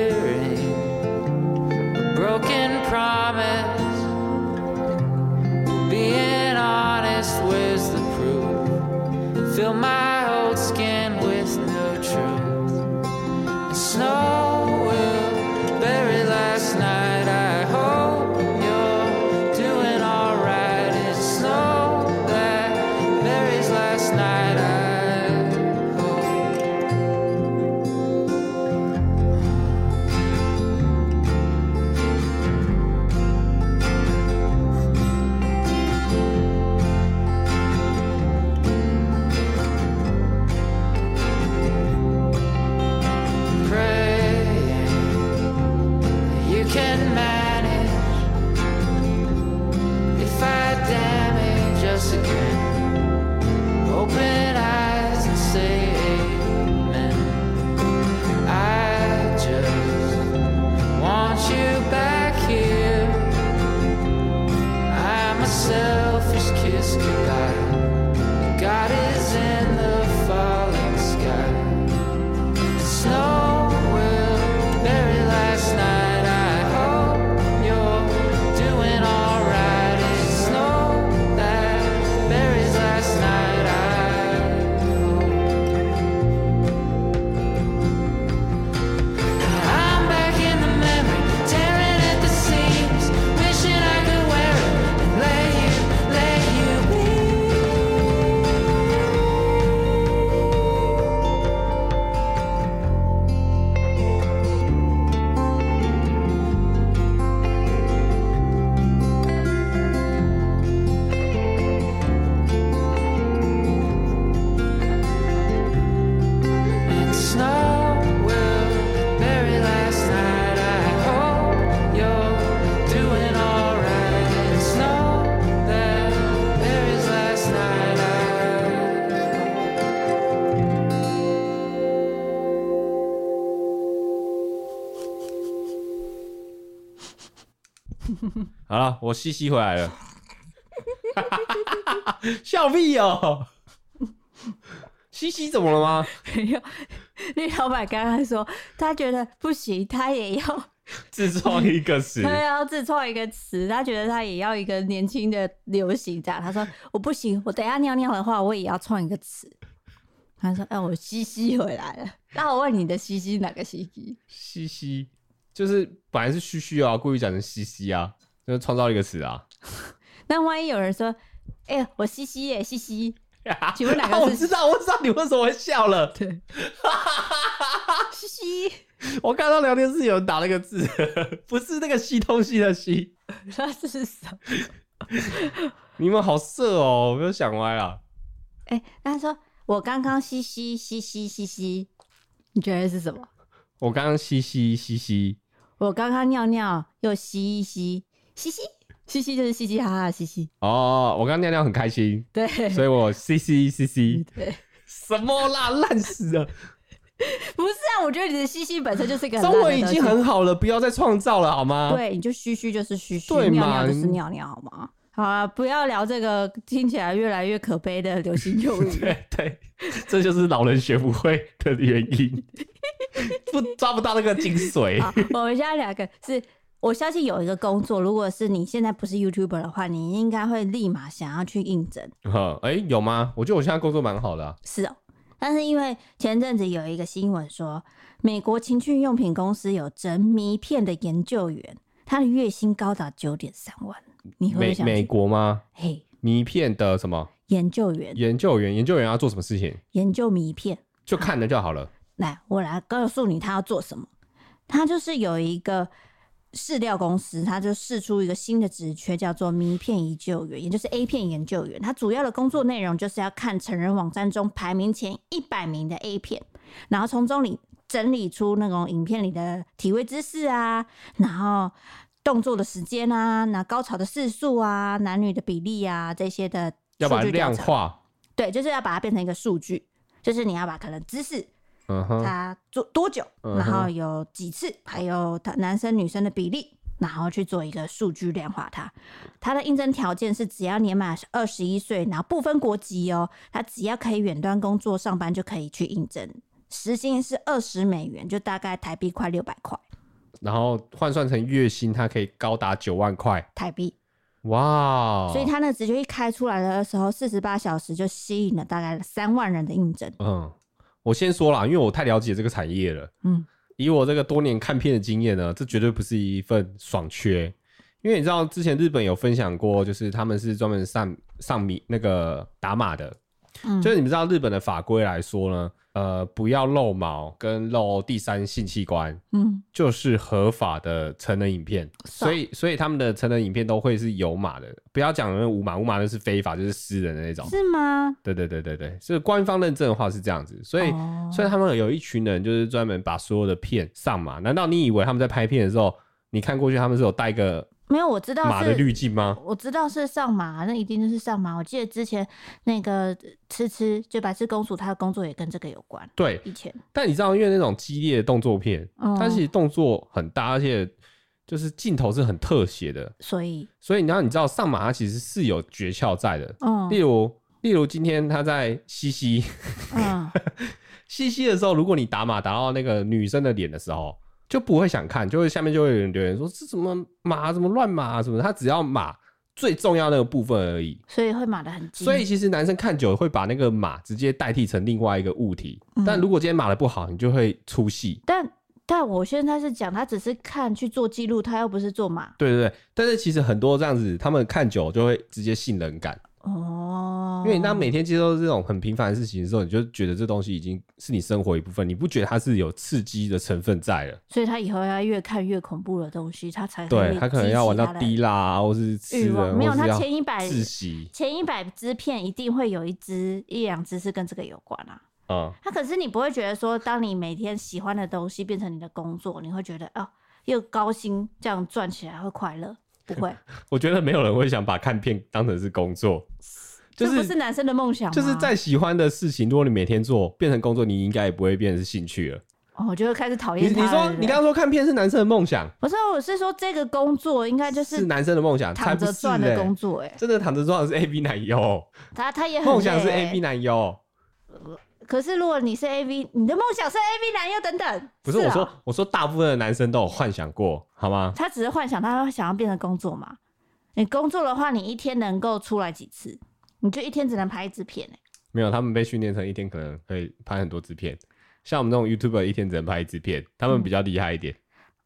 [SPEAKER 2] 好了，我西西回来了， (laughs) 笑屁哦、西西怎么了吗？
[SPEAKER 1] 没有， (laughs) 绿老板刚刚说他觉得不行，他也要，
[SPEAKER 2] 自创一个词
[SPEAKER 1] 他，要自创一个词，他觉得他也要一个年轻的流行这样。他说我不行，我等一下尿尿的话，我也要创一个词。他说：“哎、我西西回来了。” (laughs) 那我问你的西西哪个西西？
[SPEAKER 2] 西西就是本来是旭旭啊，故意讲成西西啊，就是创造一个词啊。
[SPEAKER 1] 那万一有人说：“哎、我西西耶，西西。” (laughs) (laughs) 请问哪个
[SPEAKER 2] (laughs) 啊我
[SPEAKER 1] 是
[SPEAKER 2] 知道，我知道你为什么会笑了。
[SPEAKER 1] 对， (laughs) 西西， (laughs)
[SPEAKER 2] 我看到聊天室有人打了个字， (laughs) 不是那个西东西的西。
[SPEAKER 1] 那是什么？
[SPEAKER 2] 你们好色哦、我没有想歪啦。
[SPEAKER 1] 哎、他说我刚刚西西西西西西，你觉得是什么？
[SPEAKER 2] 我刚刚嘻嘻嘻嘻，
[SPEAKER 1] 我刚刚尿尿又吸一吸，嘻嘻嘻嘻就是嘻嘻哈哈嘻嘻，
[SPEAKER 2] 哦，我刚刚尿尿很开心，
[SPEAKER 1] 对
[SPEAKER 2] 所以我嘻嘻嘻嘻，
[SPEAKER 1] (laughs) 对，
[SPEAKER 2] 什么啦，烂死了！
[SPEAKER 1] 不是啊，我觉得你的嘻嘻本身就是一个很
[SPEAKER 2] 中文
[SPEAKER 1] 烂
[SPEAKER 2] 已
[SPEAKER 1] 的
[SPEAKER 2] 经
[SPEAKER 1] 东西
[SPEAKER 2] 很好了，不要再创造了好吗？，
[SPEAKER 1] 对，你就嘘嘘就是嘘嘘，
[SPEAKER 2] 对
[SPEAKER 1] 尿
[SPEAKER 2] 嘛
[SPEAKER 1] 尿就是
[SPEAKER 2] 你
[SPEAKER 1] 尿尿，好吗？好啊，不要聊这个听起来越来越可悲的流行用语。
[SPEAKER 2] (laughs) 对对，这就是老人学不会的原因，不抓不到那个精髓。
[SPEAKER 1] 好，我们现在两个是，我相信有一个工作，如果是你现在不是 YouTuber 的话，你应该会立马想要去应征。
[SPEAKER 2] 呵，哎、有吗？我觉得我现在工作蛮好的、啊。
[SPEAKER 1] 是哦，但是因为前阵子有一个新闻说，美国情趣用品公司有整迷片的研究员，他的月薪高达九点三万，你会不会
[SPEAKER 2] 美
[SPEAKER 1] 想
[SPEAKER 2] 美
[SPEAKER 1] 去？
[SPEAKER 2] 国吗？
[SPEAKER 1] 嘿，
[SPEAKER 2] 迷片的什么
[SPEAKER 1] 研究员
[SPEAKER 2] 研究员？研究员要做什么事情？
[SPEAKER 1] 研究迷片，
[SPEAKER 2] 就看了就好了。
[SPEAKER 1] 来，我来告诉你他要做什么。他就是有一个饲料公司，他就试出一个新的职缺，叫做迷片研究员，也就是 A 片研究员。他主要的工作内容就是要看成人网站中排名前一百名的 A 片，然后从中里整理出那种影片里的体位姿势啊，然后。动作的时间啊，那高潮的次数啊，男女的比例啊，这些的
[SPEAKER 2] 要把它
[SPEAKER 1] 数据调
[SPEAKER 2] 量
[SPEAKER 1] 查，
[SPEAKER 2] 化。
[SPEAKER 1] 对，就是要把它变成一个数据，就是你要把可能姿势、
[SPEAKER 2] 嗯哼，
[SPEAKER 1] 他做多久，
[SPEAKER 2] 嗯
[SPEAKER 1] 然后
[SPEAKER 2] 哼
[SPEAKER 1] 有几次，还有他男生女生的比例，然后去做一个数据量化它。它的应征条件是只要年满二十一岁，然后不分国籍哦，他只要可以远端工作上班就可以去应征。时薪是二十美元，就大概台币快六百块
[SPEAKER 2] 然后换算成月薪，它可以高达九万块。
[SPEAKER 1] 台币，
[SPEAKER 2] 哇！哦
[SPEAKER 1] 所以他那直觉一开出来的时候，四十八小时就吸引了大概三万人的应征。
[SPEAKER 2] 嗯，我先说啦，因为我太了解这个产业了。
[SPEAKER 1] 嗯，
[SPEAKER 2] 以我这个多年看片的经验呢，这绝对不是一份爽缺，因为你知道之前日本有分享过，就是他们是专门上上米那个打码的，
[SPEAKER 1] 嗯
[SPEAKER 2] 就是你们知道日本的法规来说呢，呃，不要露毛跟露第三性器官，
[SPEAKER 1] 嗯，
[SPEAKER 2] 就是合法的成人影片，
[SPEAKER 1] 是啊
[SPEAKER 2] 所以所以他们的成人影片都会是有码的，不要讲那无码，无码就是非法，就是私人的那种。
[SPEAKER 1] 是吗？
[SPEAKER 2] 对对对对对，是官方认证的话是这样子，所以、
[SPEAKER 1] 哦
[SPEAKER 2] 所以他们有一群人就是专门把所有的片上码。难道你以为他们在拍片的时候，你看过去他们是有带个
[SPEAKER 1] 没有，我知道
[SPEAKER 2] 码的
[SPEAKER 1] 是
[SPEAKER 2] 滤镜吗？
[SPEAKER 1] 我知道是上马，那一定就是上马。我记得之前那个吃吃，就白痴公主，她的工作也跟这个有关。
[SPEAKER 2] 对，
[SPEAKER 1] 以前，
[SPEAKER 2] 但你知道，因为那种激烈的动作片，
[SPEAKER 1] 嗯，
[SPEAKER 2] 它其实动作很大，而且就是镜头是很特写的，
[SPEAKER 1] 所以，
[SPEAKER 2] 所以你要你知道上码它其实是有诀窍在的。
[SPEAKER 1] 嗯
[SPEAKER 2] 例如，例如今天他在西西
[SPEAKER 1] 嗯，
[SPEAKER 2] 西西的时候，如果你打码打到那个女生的脸的时候，就不会想看，就会下面就会有人留言说这怎么码，怎么乱码啊什么的。他只要码最重要那个部分而已。
[SPEAKER 1] 所以会码的
[SPEAKER 2] (laughs)
[SPEAKER 1] 很精。
[SPEAKER 2] 所以，其实男生看久了会把那个码直接代替成另外一个物体，
[SPEAKER 1] 嗯
[SPEAKER 2] 但如果今天码的不好，你就会出戏。
[SPEAKER 1] 但但我现在是讲，她只是看去做记录，她又不是做马。
[SPEAKER 2] 对对对，但是其实很多这样子，他们看久了就会直接信任感，
[SPEAKER 1] 哦，
[SPEAKER 2] 因为你当每天接受这种很平凡的事情的时候，你就觉得这东西已经是你生活一部分，你不觉得它是有刺激的成分在了。
[SPEAKER 1] 所以她以后要越看越恐怖的东西，她才可
[SPEAKER 2] 对
[SPEAKER 1] 以
[SPEAKER 2] 他可能
[SPEAKER 1] 激
[SPEAKER 2] 要
[SPEAKER 1] 起
[SPEAKER 2] 玩到
[SPEAKER 1] 她的
[SPEAKER 2] 低啦，或是吃
[SPEAKER 1] 啊欲
[SPEAKER 2] 的，
[SPEAKER 1] 望。没有，
[SPEAKER 2] 或是
[SPEAKER 1] 她
[SPEAKER 2] 要
[SPEAKER 1] 前一百
[SPEAKER 2] 窒息
[SPEAKER 1] 前一百支片一定会有一支一两支是跟这个有关啊。
[SPEAKER 2] 啊、
[SPEAKER 1] 那可是你不会觉得说，当你每天喜欢的东西变成你的工作，你会觉得哦，又高薪这样赚起来会快乐？不
[SPEAKER 2] (laughs)
[SPEAKER 1] 会，
[SPEAKER 2] 我觉得没有人会想把看片当成是
[SPEAKER 1] (laughs)
[SPEAKER 2] 工作，
[SPEAKER 1] 这
[SPEAKER 2] 就
[SPEAKER 1] 不
[SPEAKER 2] 是
[SPEAKER 1] 是男生的梦想吗，
[SPEAKER 2] 就是在喜欢的事情，如果你每天做变成工作，你应该也不会变成是兴趣了。
[SPEAKER 1] 哦，我就会开始讨
[SPEAKER 2] 你
[SPEAKER 1] 厌他
[SPEAKER 2] 你
[SPEAKER 1] 了。
[SPEAKER 2] 说
[SPEAKER 1] 对不对
[SPEAKER 2] 你刚刚说看片是男生的梦想，
[SPEAKER 1] 不是，我是说这个工作应该就是是
[SPEAKER 2] 男生的梦想，才
[SPEAKER 1] 躺
[SPEAKER 2] 不
[SPEAKER 1] 着
[SPEAKER 2] 是
[SPEAKER 1] 赚的
[SPEAKER 2] 欸
[SPEAKER 1] 工作、欸，哎，
[SPEAKER 2] 真的躺着赚的是 A B
[SPEAKER 1] (laughs)
[SPEAKER 2] 奶油，
[SPEAKER 1] 他他也很
[SPEAKER 2] 梦想是
[SPEAKER 1] 累欸
[SPEAKER 2] A B 奶油。
[SPEAKER 1] 可是如果你是 A V，你的梦想是 A V 男优等等，
[SPEAKER 2] 不是
[SPEAKER 1] 啊
[SPEAKER 2] 我说，我说大部分的男生都有幻想过，好吗？
[SPEAKER 1] 他只是幻想他想要变成工作嘛。你工作的话，你一天能够出来几次？你就一天只能拍一支片、欸，
[SPEAKER 2] 没有，他们被训练成一天可能可以拍很多支片。像我们这种 YouTuber 一天只能拍一支片，他们比较厉害一点。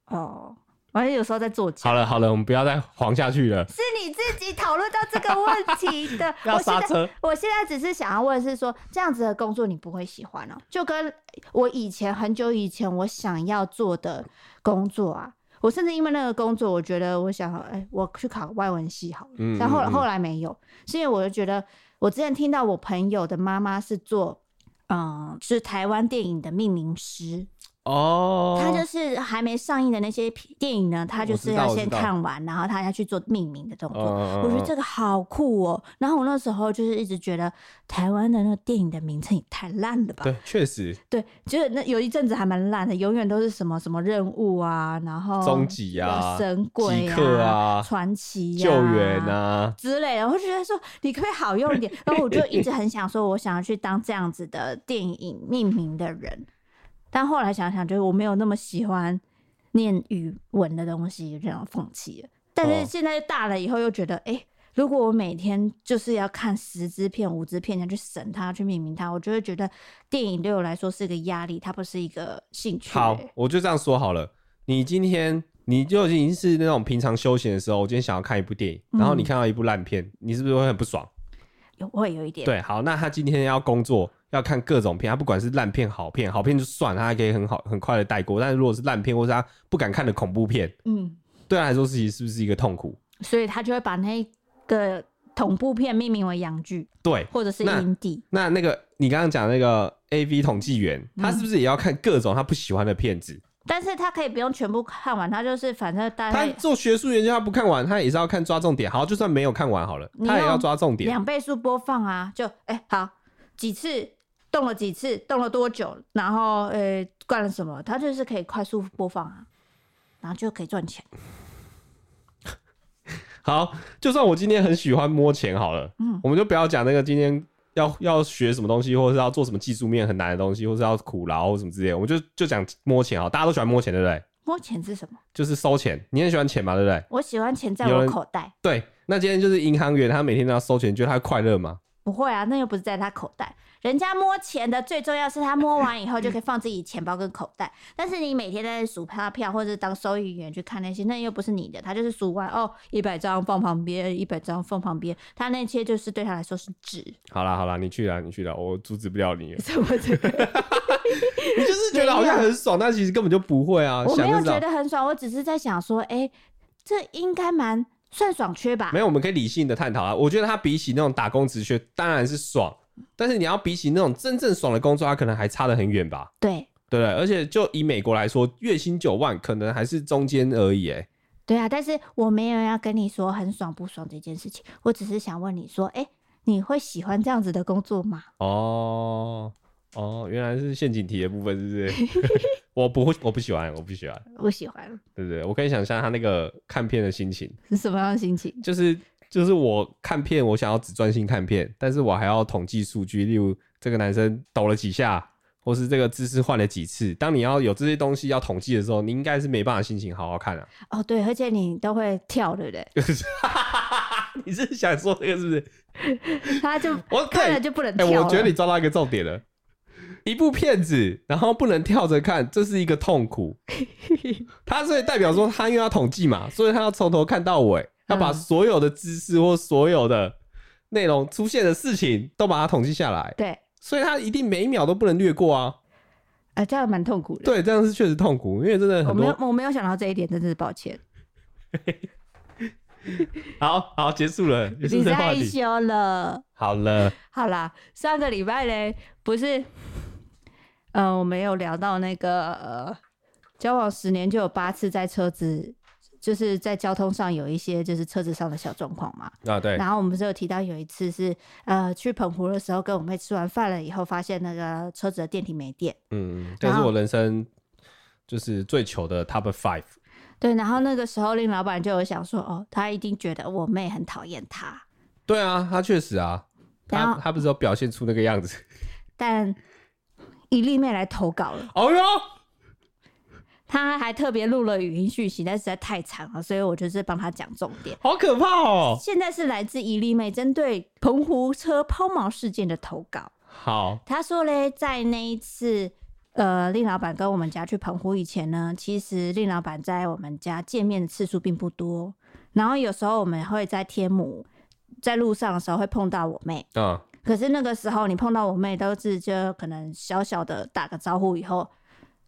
[SPEAKER 1] 哦，而且有时候在做假。
[SPEAKER 2] 好了好了，我们不要再黄下去了，
[SPEAKER 1] 是你自己讨论到这个问题
[SPEAKER 2] (laughs)。
[SPEAKER 1] 的
[SPEAKER 2] 要
[SPEAKER 1] 我现
[SPEAKER 2] 刹
[SPEAKER 1] 在
[SPEAKER 2] 车。
[SPEAKER 1] 我现在只是想要问，是说这样子的工作你不会喜欢哦、就跟我以前很久以前我想要做的工作啊，我甚至因为那个工作，我觉得我想，哎、我去考外文系好了。
[SPEAKER 2] 嗯
[SPEAKER 1] 但后
[SPEAKER 2] 嗯
[SPEAKER 1] 来
[SPEAKER 2] 嗯
[SPEAKER 1] 后来没有，是因为我就觉得，我之前听到我朋友的妈妈是做。嗯，是台湾电影的命名师，
[SPEAKER 2] 哦，
[SPEAKER 1] 他就是还没上映的那些片电影呢，他就
[SPEAKER 2] 我
[SPEAKER 1] 是
[SPEAKER 2] 知道
[SPEAKER 1] 要
[SPEAKER 2] 我知
[SPEAKER 1] 先
[SPEAKER 2] 道
[SPEAKER 1] 看完，然后他要去做命名的动作。
[SPEAKER 2] 嗯，
[SPEAKER 1] 我觉得
[SPEAKER 2] 嗯
[SPEAKER 1] 这个好酷哦。然后我那时候就是一直觉得台湾的那个电影的名称也太烂了吧？
[SPEAKER 2] 对，确实
[SPEAKER 1] 对，就是那有一阵子还蛮烂的，永远都是什么什么任务啊，然后
[SPEAKER 2] 终极啊
[SPEAKER 1] 神鬼
[SPEAKER 2] 极客啊
[SPEAKER 1] 传奇、
[SPEAKER 2] 救援。啊，
[SPEAKER 1] 之类的，我就觉得说你可不可以好用一点？然后我就一直很想说，我想要去当这样子的电影命名的人，但后来想想，就是我没有那么喜欢念语文的东西，这样放弃了。但
[SPEAKER 2] 哦
[SPEAKER 1] 是现在大了以后，又觉得，哎、如果我每天就是要看十支片、五支片，这样去审它、去命名它，我就会觉得电影对我来说是一个压力，它不是一个兴趣、
[SPEAKER 2] 好
[SPEAKER 1] 欸，
[SPEAKER 2] 我就这样说好了。你今天你就已经是那种平常休闲的时候，我今天想要看一部电影，然后你
[SPEAKER 1] 嗯
[SPEAKER 2] 看到一部烂片，你是不是会很不爽？
[SPEAKER 1] 有会有一点。
[SPEAKER 2] 对，好，那他今天要工作，要看各种片，他不管是烂片、好片，好片就算了，他还可以很好、很快的带过。但是如果是烂片，或是他不敢看的恐怖片，
[SPEAKER 1] 嗯，
[SPEAKER 2] 对他来说，其实是不是一个痛苦？
[SPEAKER 1] 所以他就会把那个同步片命名为洋剧。
[SPEAKER 2] 对，
[SPEAKER 1] 或者是
[SPEAKER 2] 那
[SPEAKER 1] 阴地，
[SPEAKER 2] 那那个你刚刚讲那个 A V 统计员，
[SPEAKER 1] 嗯
[SPEAKER 2] 他是不是也要看各种他不喜欢的片子？
[SPEAKER 1] 但是他可以不用全部看完，他就是反正大
[SPEAKER 2] 他
[SPEAKER 1] 概
[SPEAKER 2] 做学术研究，他不看完，他也是要看抓重点。好，就算没有看完好了，
[SPEAKER 1] 你
[SPEAKER 2] 他也
[SPEAKER 1] 用
[SPEAKER 2] 要抓重点。
[SPEAKER 1] 两倍速播放啊，就哎、好几次动了几次，动了多久，然后呃灌了什么，他就是可以快速播放啊，然后就可以赚钱。
[SPEAKER 2] 好，就算我今天很喜欢摸钱好了，
[SPEAKER 1] 嗯
[SPEAKER 2] 我们就不要讲那个今天要要学什么东西，或者是要做什么技术面很难的东西，或是要苦劳或什么之类的，我们就就讲摸钱好，大家都喜欢摸钱，对不对？
[SPEAKER 1] 摸钱是什么？
[SPEAKER 2] 就是收钱，你很喜欢钱嘛，对不对？
[SPEAKER 1] 我喜欢钱在
[SPEAKER 2] 有
[SPEAKER 1] 我
[SPEAKER 2] 人
[SPEAKER 1] 口袋，
[SPEAKER 2] 对，那今天就是银行员，他每天都要收钱，你觉得他快乐吗？
[SPEAKER 1] 不会啊，那又不是在他口袋。人家摸钱的最重要是他摸完以后就可以放自己钱包跟口袋，但是你每天在数发票或者当收银员去看那些，那又不是你的，他就是数完哦，一百张放旁边，一百张放旁边，他那些就是对他来说是纸，。
[SPEAKER 2] 好啦好啦，你去啦你去啦，我阻止不了你了
[SPEAKER 1] (laughs) 什么
[SPEAKER 2] (laughs)
[SPEAKER 1] 这个？
[SPEAKER 2] 你就是觉得好像很爽，但其实根本就不会啊。
[SPEAKER 1] 我
[SPEAKER 2] 想
[SPEAKER 1] 没有
[SPEAKER 2] 就知
[SPEAKER 1] 觉
[SPEAKER 2] 道
[SPEAKER 1] 得很爽，我只是在想说，哎、这应该蛮算爽缺吧
[SPEAKER 2] 没？有，我们可以理性的探讨啊。我觉得他比起那种打工职缺，当然是爽，但是你要比起那种真正爽的工作，他可能还差得很远吧。
[SPEAKER 1] 对
[SPEAKER 2] 对不对？而且就以美国来说，月薪九万可能还是中间而已，哎，
[SPEAKER 1] 对啊，但是我没有要跟你说很爽不爽这件事情，我只是想问你说，哎、你会喜欢这样子的工作吗？
[SPEAKER 2] 哦哦，原来是陷阱题的部分，
[SPEAKER 1] (laughs)
[SPEAKER 2] 是不是？我不会，我不喜欢，我不喜欢，
[SPEAKER 1] 我喜欢，
[SPEAKER 2] 对不对？我可以想象他那个看片的心情， (laughs)
[SPEAKER 1] 是什么样的心情？
[SPEAKER 2] 就是就是我看片，我想要只专心看片，但是我还要统计数据，例如这个男生抖了几下，或是这个姿势换了几次。当你要有这些东西要统计的时候，你应该是没办法心情好好看啊。 (laughs)
[SPEAKER 1] 哦，对，而且你都会跳，对不对？
[SPEAKER 2] 你是想说这个是不是？
[SPEAKER 1] 他就
[SPEAKER 2] 我
[SPEAKER 1] 看
[SPEAKER 2] (laughs) 对
[SPEAKER 1] 了就不能
[SPEAKER 2] 哎、
[SPEAKER 1] 跳了。
[SPEAKER 2] 我觉得你抓到一个重点了。一部片子，然后不能跳着看，这是一个痛
[SPEAKER 1] (laughs)
[SPEAKER 2] 苦。他所以代表说，他因为要统计嘛，所以他要从头看到尾，要把
[SPEAKER 1] 嗯
[SPEAKER 2] 所有的知识或所有的内容出现的事情都把它统计下来，
[SPEAKER 1] 对，
[SPEAKER 2] 所以他一定每一秒都不能略过啊。
[SPEAKER 1] 啊，这样蛮痛苦的。，
[SPEAKER 2] 对，这样是确实痛苦，因为真的
[SPEAKER 1] 我
[SPEAKER 2] 很
[SPEAKER 1] 没有
[SPEAKER 2] 多。，
[SPEAKER 1] 我没有想到这一点，真的是抱歉。
[SPEAKER 2] 好好结束了，结束
[SPEAKER 1] 你
[SPEAKER 2] 这个话
[SPEAKER 1] 害
[SPEAKER 2] 题。
[SPEAKER 1] 羞了。
[SPEAKER 2] 好了，
[SPEAKER 1] 好啦，上个礼拜嘞，不是，呃，我们有聊到那个呃，交往十年就有八次在车子，就是在交通上有一些就是车子上的小状况嘛。
[SPEAKER 2] 啊对，
[SPEAKER 1] 然后我们不是有提到有一次是呃去澎湖的时候，跟我妹吃完饭了以后，发现那个车子的电梯没电。
[SPEAKER 2] 嗯，这
[SPEAKER 1] 然
[SPEAKER 2] 是
[SPEAKER 1] 后
[SPEAKER 2] 我人生就是最糗的 Top Five。
[SPEAKER 1] 对，然后那个时候令老板就有想说，哦，他一定觉得我妹很讨厌他，
[SPEAKER 2] 对啊，他确实啊，
[SPEAKER 1] 然
[SPEAKER 2] 他
[SPEAKER 1] 后
[SPEAKER 2] 他不是有表现出那个样 (laughs) 子。
[SPEAKER 1] 但以丽妹来投稿了，
[SPEAKER 2] 哦哟，
[SPEAKER 1] 她还特别录了语音讯息，但实在太长了，所以我就是帮她讲重点。
[SPEAKER 2] 好可怕哦！
[SPEAKER 1] 现在是来自伊丽妹针对澎湖车抛锚事件的投稿。
[SPEAKER 2] 好，
[SPEAKER 1] 她说嘞，在那一次，呃，令老板跟我们家去澎湖以前呢，其实令老板在我们家见面的次数并不多，然后有时候我们会在天母，在路上的时候会碰到我妹，
[SPEAKER 2] 嗯，
[SPEAKER 1] 可是那个时候你碰到我妹都是就可能小小的打个招呼以后，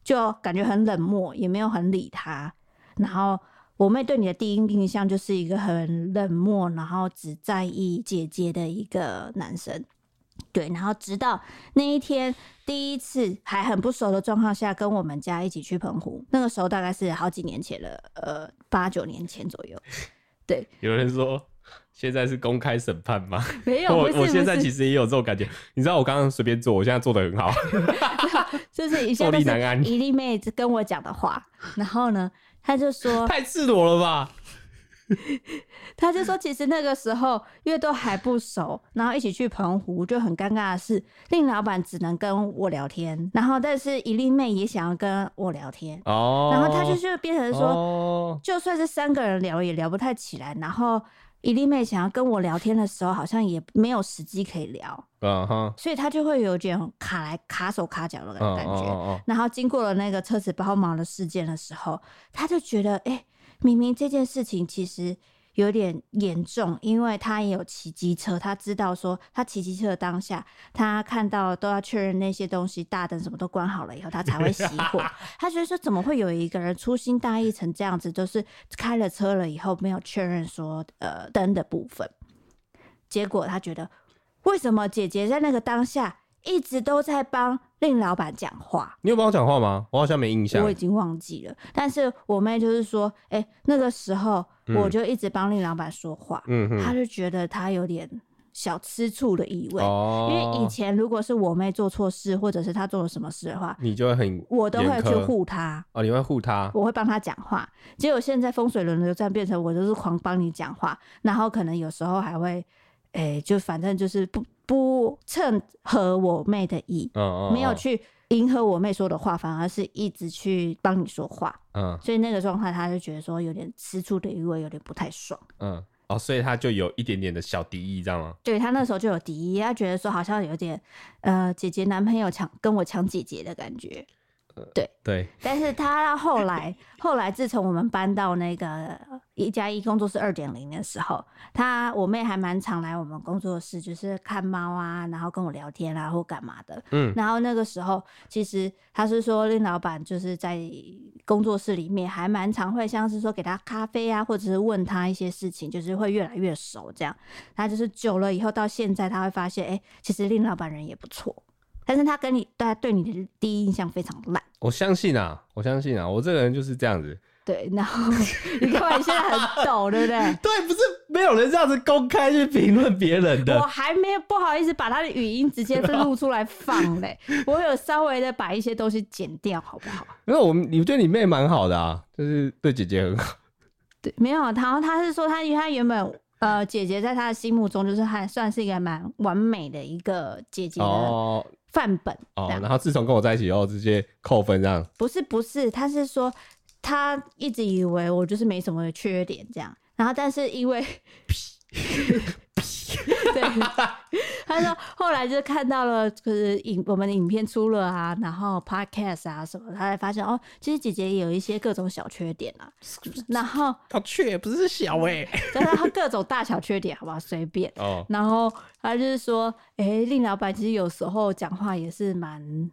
[SPEAKER 1] 就感觉很冷漠，也没有很理她。然后我妹对你的第一印象就是一个很冷漠，然后只在意姐姐的一个男生。对，然后直到那一天第一次还很不熟的状况下，跟我们家一起去澎湖，那个时候大概是好几年前了，呃，八九年前左右。
[SPEAKER 2] 有人说现在是公开审判吗？
[SPEAKER 1] 没有，
[SPEAKER 2] 我
[SPEAKER 1] 不是
[SPEAKER 2] 我现
[SPEAKER 1] 不
[SPEAKER 2] 在
[SPEAKER 1] 是
[SPEAKER 2] 其实也有这种感觉。你知道我刚刚随便做，我现在做的很好。
[SPEAKER 1] 就是一下
[SPEAKER 2] 坐
[SPEAKER 1] 都
[SPEAKER 2] 立难安
[SPEAKER 1] 是一粒妹子跟我讲的话，然后呢，她就说，
[SPEAKER 2] 太赤裸了吧？
[SPEAKER 1] 她就说，其实那个时候因为都还不熟，然后一起去澎湖就很尴尬的是，令老板只能跟我聊天，然后但是一粒妹也想要跟我聊天，
[SPEAKER 2] 哦，
[SPEAKER 1] 然后她就是变成说，
[SPEAKER 2] 哦
[SPEAKER 1] 就算是三个人聊也聊不太起来，然后一粒妹想要跟我聊天的时候，好像也没有时机可以聊，
[SPEAKER 2] 嗯哼，
[SPEAKER 1] 所以她就会有点卡来卡手卡脚的
[SPEAKER 2] 嗯
[SPEAKER 1] 感觉。
[SPEAKER 2] 嗯嗯
[SPEAKER 1] 然后经过了那个车子抛锚的事件的时候，他就觉得，哎、明明这件事情其实有点严重，因为他也有骑机车，他知道说他骑机车的当下，他看到都要确认那些东西，大灯什么都关好了以后，他才会熄火。他觉得说，怎么会有一个人粗心大意成这样子，就是开了车了以后没有确认说呃灯的部分，结果他觉得。为什么姐姐在那个当下一直都在帮令老板讲话？
[SPEAKER 2] 你有帮我讲话吗？我好像没印象
[SPEAKER 1] 我。已经忘记了，但是我妹就是说，哎、那个时候
[SPEAKER 2] 嗯
[SPEAKER 1] 我就一直帮令老板说话，
[SPEAKER 2] 嗯
[SPEAKER 1] 她
[SPEAKER 2] 哼，
[SPEAKER 1] 就觉得她有点小吃醋的意味，
[SPEAKER 2] 哦
[SPEAKER 1] 因为以前如果是我妹做错事，或者是她做了什么事的话，
[SPEAKER 2] 你就会很，
[SPEAKER 1] 我都会
[SPEAKER 2] 严
[SPEAKER 1] 去
[SPEAKER 2] 苛
[SPEAKER 1] 护她，
[SPEAKER 2] 哦，你会护他，
[SPEAKER 1] 我会帮她讲话。结果现在风水轮流转，变成我就是狂帮你讲话，然后可能有时候还会，哎、就反正就是不不趁合我妹的意，
[SPEAKER 2] 嗯嗯，
[SPEAKER 1] 没有
[SPEAKER 2] 嗯，
[SPEAKER 1] 去迎合我妹说的话，反而是一直去帮你说话，
[SPEAKER 2] 嗯
[SPEAKER 1] 所以那个状态他就觉得说有点吃醋的余味，有点不太爽。
[SPEAKER 2] 嗯，哦，所以他就有一点点的小敌意，知道吗？
[SPEAKER 1] 对他那时候就有敌意，他觉得说好像有点呃姐姐男朋友抢跟我抢姐姐的感觉。
[SPEAKER 2] 对，
[SPEAKER 1] 但是他到后来 (laughs) 后来自从我们搬到那个一加一工作室二点零的时候，他我妹还蛮常来我们工作室，就是看猫啊，然后跟我聊天啊或干嘛的。
[SPEAKER 2] 嗯
[SPEAKER 1] 然后那个时候，其实他是说令老板就是在工作室里面还蛮常会像是说给他咖啡啊，或者是问他一些事情，就是会越来越熟这样。他就是久了以后到现在，他会发现，哎、其实令老板人也不错，但是他跟你大家对你的第一印象非常烂。
[SPEAKER 2] 我相信啊，我相信啊，我这个人就是这样子。
[SPEAKER 1] 对，然后 (laughs) 你看嘛，你现在很抖，对不
[SPEAKER 2] (laughs)
[SPEAKER 1] 对？
[SPEAKER 2] 对，不是没有人这样子公开去评论别人
[SPEAKER 1] 我
[SPEAKER 2] 的。
[SPEAKER 1] 还没有不好意思把他的语音直接录出来放嘞，我有稍微的把一些东西剪掉，好不好？
[SPEAKER 2] 因为我们，你对你妹蛮好的啊，就是对姐姐很好。
[SPEAKER 1] 对，没有，然后他是说他，因为他原本呃，姐姐在他的心目中就是还算是一个蛮完美的一个姐姐的
[SPEAKER 2] 哦
[SPEAKER 1] 范本，
[SPEAKER 2] 哦，
[SPEAKER 1] 这样
[SPEAKER 2] 然后自从跟我在一起以后，直接扣分这样。
[SPEAKER 1] 不是不是，他是说他一直以为我就是没什么缺点这样，然后但是因为。对，他说后来就是看到了，就是影我们的影片出了啊，然后 podcast 啊什么，他才发现哦，其实姐姐也有一些各种小缺点啊，然后
[SPEAKER 2] 小雀哦不是小哎、
[SPEAKER 1] 但是她各种大小缺点，好不好？随便，
[SPEAKER 2] 哦，
[SPEAKER 1] 然后他就是说，哎、令老板其实有时候讲话也是蛮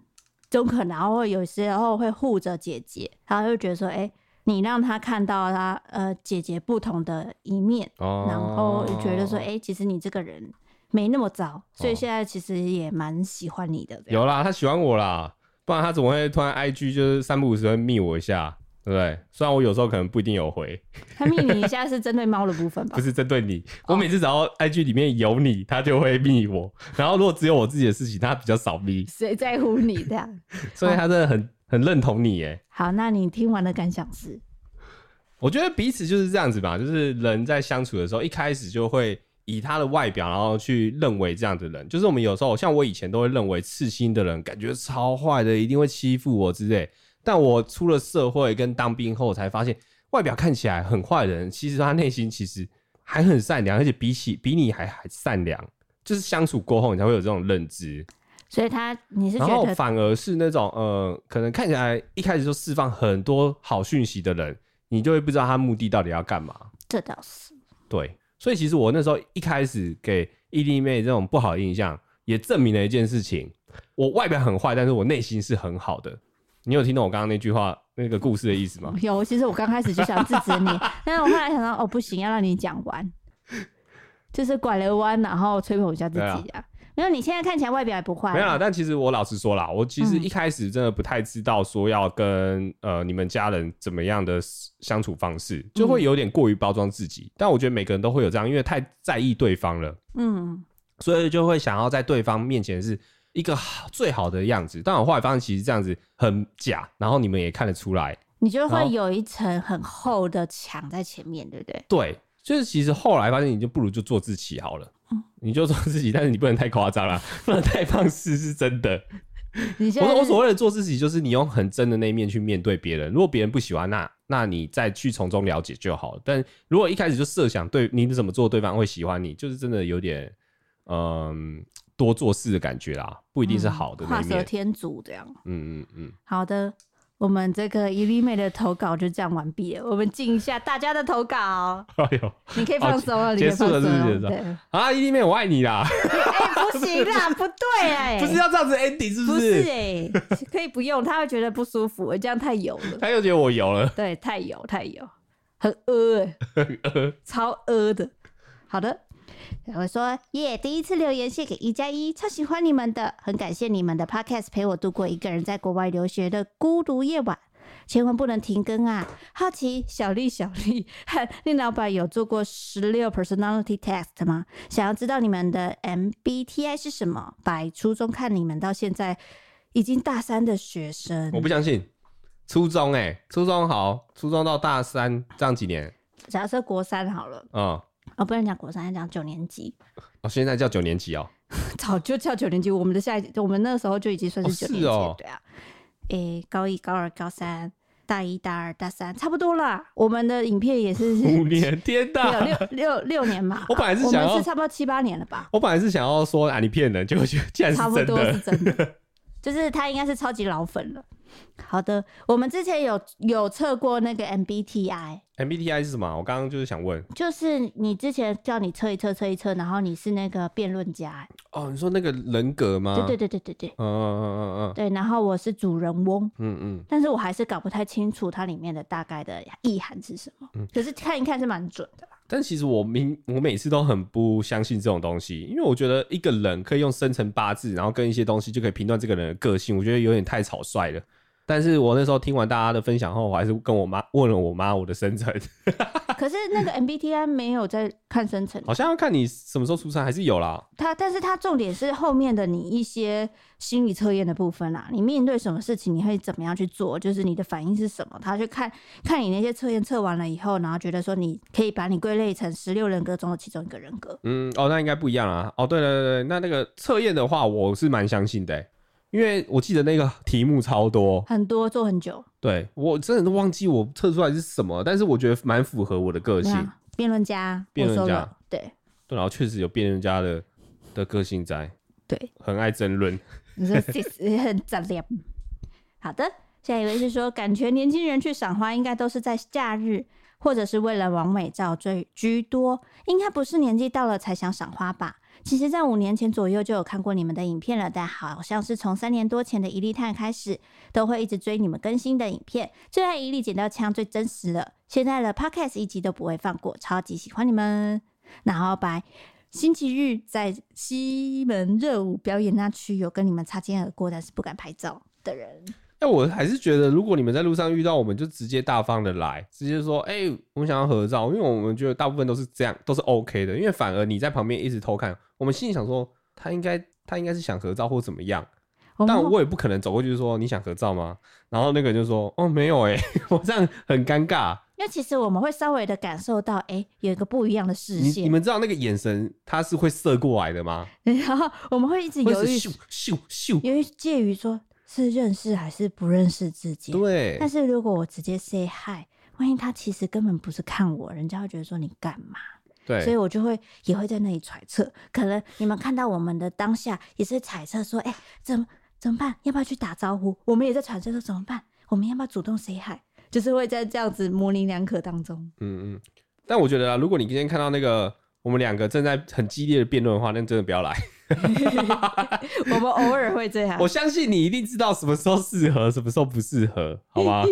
[SPEAKER 1] 中肯的，然后有时候会护着姐姐，然后就觉得说，哎、你让他看到他呃姐姐不同的一面，
[SPEAKER 2] 哦
[SPEAKER 1] 然后就觉得说，哎、其实你这个人没那么糟，所以
[SPEAKER 2] 哦
[SPEAKER 1] 现在其实也蛮喜欢你的。
[SPEAKER 2] 有啦，他喜欢我啦，不然他怎么会突然 IG 就是三不五时会密我一下，对不对？虽然我有时候可能不一定有回，
[SPEAKER 1] 他命你一下是针对猫的部分吧
[SPEAKER 2] 不？是针对你，我每次只要 IG 里面有你，他就会密我。然后如果只有我自己的事情，他比较少密，
[SPEAKER 1] 谁在乎你这样？ (laughs)
[SPEAKER 2] 所以他真的很很认同你耶。
[SPEAKER 1] 好，那你听完的感想是？
[SPEAKER 2] 我觉得彼此就是这样子吧，就是人在相处的时候，一开始就会以他的外表，然后去认为这样的人。就是我们有时候，像我以前都会认为刺青的人感觉超坏的，一定会欺负我之类。但我出了社会跟当兵后，才发现外表看起来很坏的人，其实他内心其实还很善良，而且比起比你还还善良。就是相处过后，你才会有这种认知。
[SPEAKER 1] 所以他你是
[SPEAKER 2] 然
[SPEAKER 1] 觉
[SPEAKER 2] 后
[SPEAKER 1] 得
[SPEAKER 2] 反而是那种呃，可能看起来一开始就释放很多好讯息的人，你就会不知道他目的到底要干嘛。
[SPEAKER 1] 这倒是
[SPEAKER 2] 对，所以其实我那时候一开始给异地妹这种不好的印象，也证明了一件事情：我外表很坏，但是我内心是很好的。你有听懂我刚刚那句话那个故事的意思吗？
[SPEAKER 1] (laughs) 有。其实我刚开始就想制止你，但是我后来想到，哦，不行，要让你讲完，就是拐了弯，然后吹捧一下自己啊。没有，你现在看起来外表也不坏啊，
[SPEAKER 2] 没有啦，但其实我老实说啦，我其实
[SPEAKER 1] 嗯
[SPEAKER 2] 一开始真的不太知道说要跟呃你们家人怎么样的相处方式，就会有点过于包装自己。但我觉得每个人都会有这样，因为太在意对方了。
[SPEAKER 1] 嗯，
[SPEAKER 2] 所以就会想要在对方面前是一个好最好的样子。但我后来发现，其实这样子很假，然后你们也看得出来。
[SPEAKER 1] 你就
[SPEAKER 2] 然
[SPEAKER 1] 会
[SPEAKER 2] 后
[SPEAKER 1] 有一层很厚的墙在前面，对不对？
[SPEAKER 2] 对，就是其实后来发现，你就不如就做自己好了。你就做自己，但是你不能太夸张了， (laughs) 不能太放肆是真的。
[SPEAKER 1] 你现
[SPEAKER 2] 我
[SPEAKER 1] 在
[SPEAKER 2] 说我所谓的做自己，就是你用很真的那一面去面对别人。如果别人不喜欢，那那你再去从中了解就好了。但如果一开始就设想对你怎么做，对方会喜欢你，就是真的有点嗯多做事的感觉啦，不一定
[SPEAKER 1] 嗯
[SPEAKER 2] 是好的那
[SPEAKER 1] 画
[SPEAKER 2] 一
[SPEAKER 1] 蛇
[SPEAKER 2] 面。
[SPEAKER 1] 添足这样。
[SPEAKER 2] 嗯嗯嗯，
[SPEAKER 1] 好的，我们这个伊丽妹的投稿就这样完毕了。我们进一下大家的投稿，
[SPEAKER 2] 哎呦，
[SPEAKER 1] 你可以放松了，你可以
[SPEAKER 2] 结
[SPEAKER 1] 放松
[SPEAKER 2] 束了是不是
[SPEAKER 1] 对，
[SPEAKER 2] 啊，伊丽妹，我爱你啦！
[SPEAKER 1] 哎，不行啦，不
[SPEAKER 2] (laughs)
[SPEAKER 1] 对哎，
[SPEAKER 2] 不是要这样子 ending 是
[SPEAKER 1] 不
[SPEAKER 2] 是？
[SPEAKER 1] 是哎， (laughs) 可以不用，他会觉得不舒服，这样太油了，
[SPEAKER 2] 他又觉得我有了，
[SPEAKER 1] 对，太油太油，很呃哎，超呃的。好的，我说耶第一次留言献给一加一，超喜欢你们的，很感谢你们的 podcast 陪我度过一个人在国外留学的孤独夜晚。千万不能停更啊！好奇小丽、小丽和令老板有做过十六 personality test 吗？想要知道你们的 MBTI 是什么？百初中看你们到现在已经大三的学生，
[SPEAKER 2] 我不相信。初中哎、初中好，初中到大三这样几年，
[SPEAKER 1] 假设国三好了，
[SPEAKER 2] 嗯，
[SPEAKER 1] 哦，不能讲国三，讲九年级，
[SPEAKER 2] 哦，现在叫九年级哦，
[SPEAKER 1] (laughs) 早就叫九年级，我们的下一，我们那时候就已经算
[SPEAKER 2] 哦
[SPEAKER 1] 是九
[SPEAKER 2] 是
[SPEAKER 1] 年级了，
[SPEAKER 2] 哦
[SPEAKER 1] 对啊，诶，高一、高二、高三、大一、大二、大三，差不多啦。我们的影片也
[SPEAKER 2] (laughs)
[SPEAKER 1] 是六
[SPEAKER 2] 五年，天
[SPEAKER 1] 六
[SPEAKER 2] 哪！
[SPEAKER 1] 六六年嘛，
[SPEAKER 2] (laughs) 我本来是
[SPEAKER 1] 我
[SPEAKER 2] 想
[SPEAKER 1] 们
[SPEAKER 2] 要
[SPEAKER 1] 是差不多七八年了吧，
[SPEAKER 2] 我本来是想要说啊，你骗人，结果却竟然
[SPEAKER 1] 差
[SPEAKER 2] 是
[SPEAKER 1] 不
[SPEAKER 2] 真
[SPEAKER 1] 多是
[SPEAKER 2] 的。
[SPEAKER 1] 真
[SPEAKER 2] (laughs)
[SPEAKER 1] 的，就是他应该是超级老粉了。好的，我们之前有有测过那个 MBTI，
[SPEAKER 2] MBTI 是什么啊？我刚刚就是想问
[SPEAKER 1] 就是你之前叫你测一测测一测，然后你是那个辩论家、欸
[SPEAKER 2] 哦，你说那个人格吗？
[SPEAKER 1] 对对对对对对
[SPEAKER 2] 嗯，嗯嗯嗯
[SPEAKER 1] 对，然后我是主人翁，
[SPEAKER 2] 嗯嗯
[SPEAKER 1] 但是我还是搞不太清楚它里面的大概的意涵是什么。可是看一看是蛮准的啦。
[SPEAKER 2] 嗯。但其实我明我每次都很不相信这种东西，因为我觉得一个人可以用生辰八字，然后跟一些东西就可以评断这个人的个性，我觉得有点太草率了。但是我那时候听完大家的分享后，我还是跟我妈问了我妈我的生辰， (laughs)
[SPEAKER 1] 可是那个 MBTI 没有在看生成，
[SPEAKER 2] 好像要看你什么时候出生，还是有啦。
[SPEAKER 1] 它但是它重点是后面的你一些心理测验的部分啦、你面对什么事情，你会怎么样去做，就是你的反应是什么。他去看看你那些测验测完了以后，然后觉得说你可以把你归类成十六人格中的其中一个人格。
[SPEAKER 2] 嗯，哦，那应该不一样啦。哦，对对对对，那那个测验的话，我是蛮相信的欸、因为我记得那个题目超多，
[SPEAKER 1] 很多做很久，
[SPEAKER 2] 对我真的都忘记我测出来是什么，但是我觉得蛮符合我的个
[SPEAKER 1] 对
[SPEAKER 2] 性。
[SPEAKER 1] 啊，辩论家，
[SPEAKER 2] 辩
[SPEAKER 1] 我
[SPEAKER 2] 论
[SPEAKER 1] 说
[SPEAKER 2] 家
[SPEAKER 1] 了，对
[SPEAKER 2] 对，然后确实有辩论家的的个性在，
[SPEAKER 1] 对，
[SPEAKER 2] 很爱争论。
[SPEAKER 1] 你说 (laughs) six 很杂念。好的，下一位是说，感觉年轻人去赏花应该都是在假日，或者是为了完美照最居多，应该不是年纪到了才想赏花吧？其实，在五年前左右就有看过你们的影片了，但好像是从三年多前的一粒碳开始，都会一直追你们更新的影片。最爱一粒捡到枪最真实了，现在的 podcast 一集都不会放过，超级喜欢你们。然后把星期日在西门热舞表演那区有跟你们擦肩而过，但是不敢拍照的人。
[SPEAKER 2] 但我还是觉得，如果你们在路上遇到，我们就直接大方的来，直接说，哎、我们想要合照，因为我们觉得大部分都是这样，都是 OK 的。因为反而你在旁边一直偷看，我们心里想说，他应该他应该是想合照或怎么样，
[SPEAKER 1] 我
[SPEAKER 2] 但
[SPEAKER 1] 们
[SPEAKER 2] 我也不可能走过去说你想合照吗？然后那个人就说哦没有哎、 (laughs) 我这样很尴尬。
[SPEAKER 1] 因为其实我们会稍微的感受到，哎、有一个不一样的视
[SPEAKER 2] 你你
[SPEAKER 1] 线，
[SPEAKER 2] 们知道那个眼神他是会射过来的吗？
[SPEAKER 1] 然后我们会一直
[SPEAKER 2] 会
[SPEAKER 1] 犹豫
[SPEAKER 2] 是，咻咻咻，
[SPEAKER 1] 犹豫介于说是认识还是不认识自己。
[SPEAKER 2] 对
[SPEAKER 1] 但，是如果我直接 say hi，万一他其实根本不是看我，人家会觉得说你干嘛？所以
[SPEAKER 2] 对，
[SPEAKER 1] 我就会也会在那里揣测，可能你们看到我们的当下也是揣测说，哎、怎么怎么办？要不要去打招呼？我们也在揣测说怎么办？我们要不要主动 say hi？就是会在这样子模棱两可当中，
[SPEAKER 2] 嗯嗯。但我觉得啊，如果你今天看到那个我们两个正在很激烈的辩论的话，那真的不
[SPEAKER 1] (laughs)
[SPEAKER 2] 要来。
[SPEAKER 1] (laughs) 我们偶尔会这样
[SPEAKER 2] 我。相信你一定知道什么时候适合，什么时候不适合，好
[SPEAKER 1] (laughs)
[SPEAKER 2] 吗？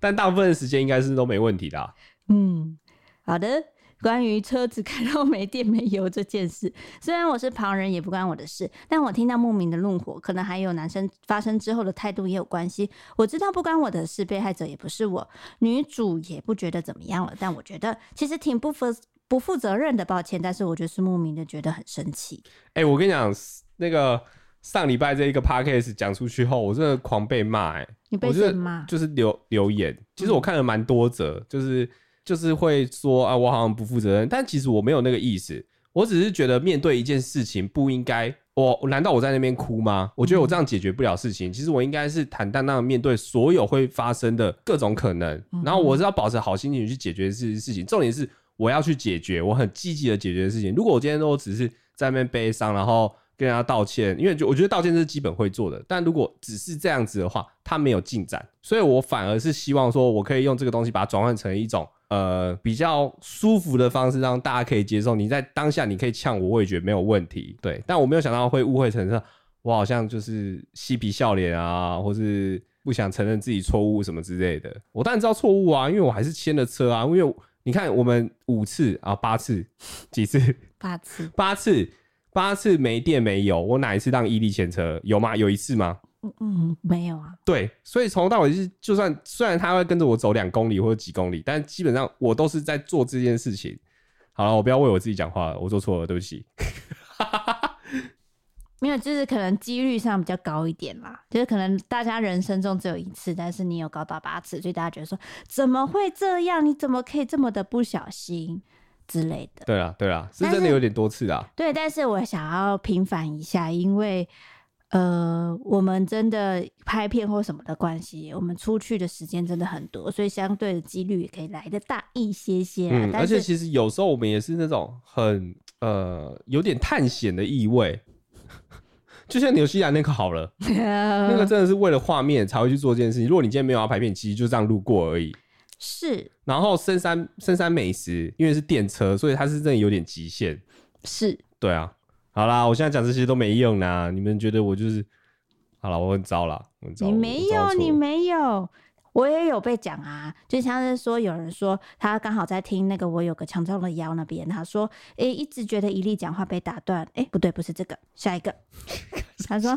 [SPEAKER 2] 但大部分的时间应该是都没问题的啊、
[SPEAKER 1] 嗯，好的。关于车子开到没电没油这件事，虽然我是旁人，也不关我的事，但我听到莫名的怒火，可能还有男生发生之后的态度也有关系。我知道不关我的事，被害者也不是我，女主也不觉得怎么样了，但我觉得其实挺不负不负责任的，抱歉，但是我就是莫名的觉得很生气。
[SPEAKER 2] 哎、我跟你讲，那个上礼拜这一个 podcast 讲出去后，我真的狂被骂、欸，
[SPEAKER 1] 你被嗯
[SPEAKER 2] 我觉得
[SPEAKER 1] 谁骂
[SPEAKER 2] 就是留留言，其实我看了蛮多则，就是就是会说啊，我好像不负责任，但其实我没有那个意思，我只是觉得面对一件事情不应该。我难道我在那边哭吗？我觉得我这
[SPEAKER 1] 嗯
[SPEAKER 2] 样解决不了事情。其实我应该是坦荡荡地面对所有会发生的各种可能，
[SPEAKER 1] 嗯
[SPEAKER 2] 然后我是要保持好心情去解决事事情。重点是我要去解决，我很积极的解决事情。如果我今天都只是在那边悲伤，然后跟人家道歉，因为就我觉得道歉是基本会做的，但如果只是这样子的话，他没有进展，所以我反而是希望说我可以用这个东西把它转换成一种呃比较舒服的方式，让大家可以接受。你在当下你可以呛我，我也觉得没有问题，对。但我没有想到会误会成是我好像就是嬉皮笑脸啊，或是不想承认自己错误什么之类的。我当然知道错误啊，因为我还是签了车啊。因为你看我们五次啊，八次，几次？
[SPEAKER 1] 八次，
[SPEAKER 2] 八次，八次没电没油，我哪一次让伊利牵车？有吗？有一次吗？
[SPEAKER 1] 嗯，没有啊，
[SPEAKER 2] 对，所以从头到尾就是，就算虽然他会跟着我走两公里或者几公里，但基本上我都是在做这件事情。好了，我不要为我自己讲话了，我做错了，对不起。
[SPEAKER 1] 没有，就是可能几率上比较高一点啦，就是可能大家人生中只有一次，但是你有高达八次，所以大家觉得说怎么会这样？你怎么可以这么的不小心之类的？
[SPEAKER 2] 对啦，对啦，是
[SPEAKER 1] 但
[SPEAKER 2] 真的
[SPEAKER 1] 是
[SPEAKER 2] 有点多次啊。
[SPEAKER 1] 对，但是我想要平反一下，因为呃，我们真的拍片或什么的关系，我们出去的时间真的很多，所以相对的几率也可以来的大一些些啦。
[SPEAKER 2] 嗯，
[SPEAKER 1] 但
[SPEAKER 2] 而且
[SPEAKER 1] 是
[SPEAKER 2] 其实有时候我们也是那种很呃有点探险的意味， (laughs) 就像纽西兰那个好了，那
[SPEAKER 1] 嗯
[SPEAKER 2] 个真的是为了画面才会去做这件事情。如果你今天没有要拍片，其实就这样路过而已。
[SPEAKER 1] (laughs) 是
[SPEAKER 2] 然后深山深山美食，因为是电车，所以它是真的有点极限。
[SPEAKER 1] 是，
[SPEAKER 2] 对啊，好啦，我现在讲这些都没用啦。你们觉得我就是好了，我很糟啦，我很糟。
[SPEAKER 1] 你没有，你
[SPEAKER 2] 没
[SPEAKER 1] 没有。我也有被讲啊，就像是说有人说他刚好在听那个我有个强壮的腰那边，他说诶、一直觉得伊利讲话被打断，诶、不对，不是这个，下
[SPEAKER 2] (laughs)
[SPEAKER 1] 一个，他说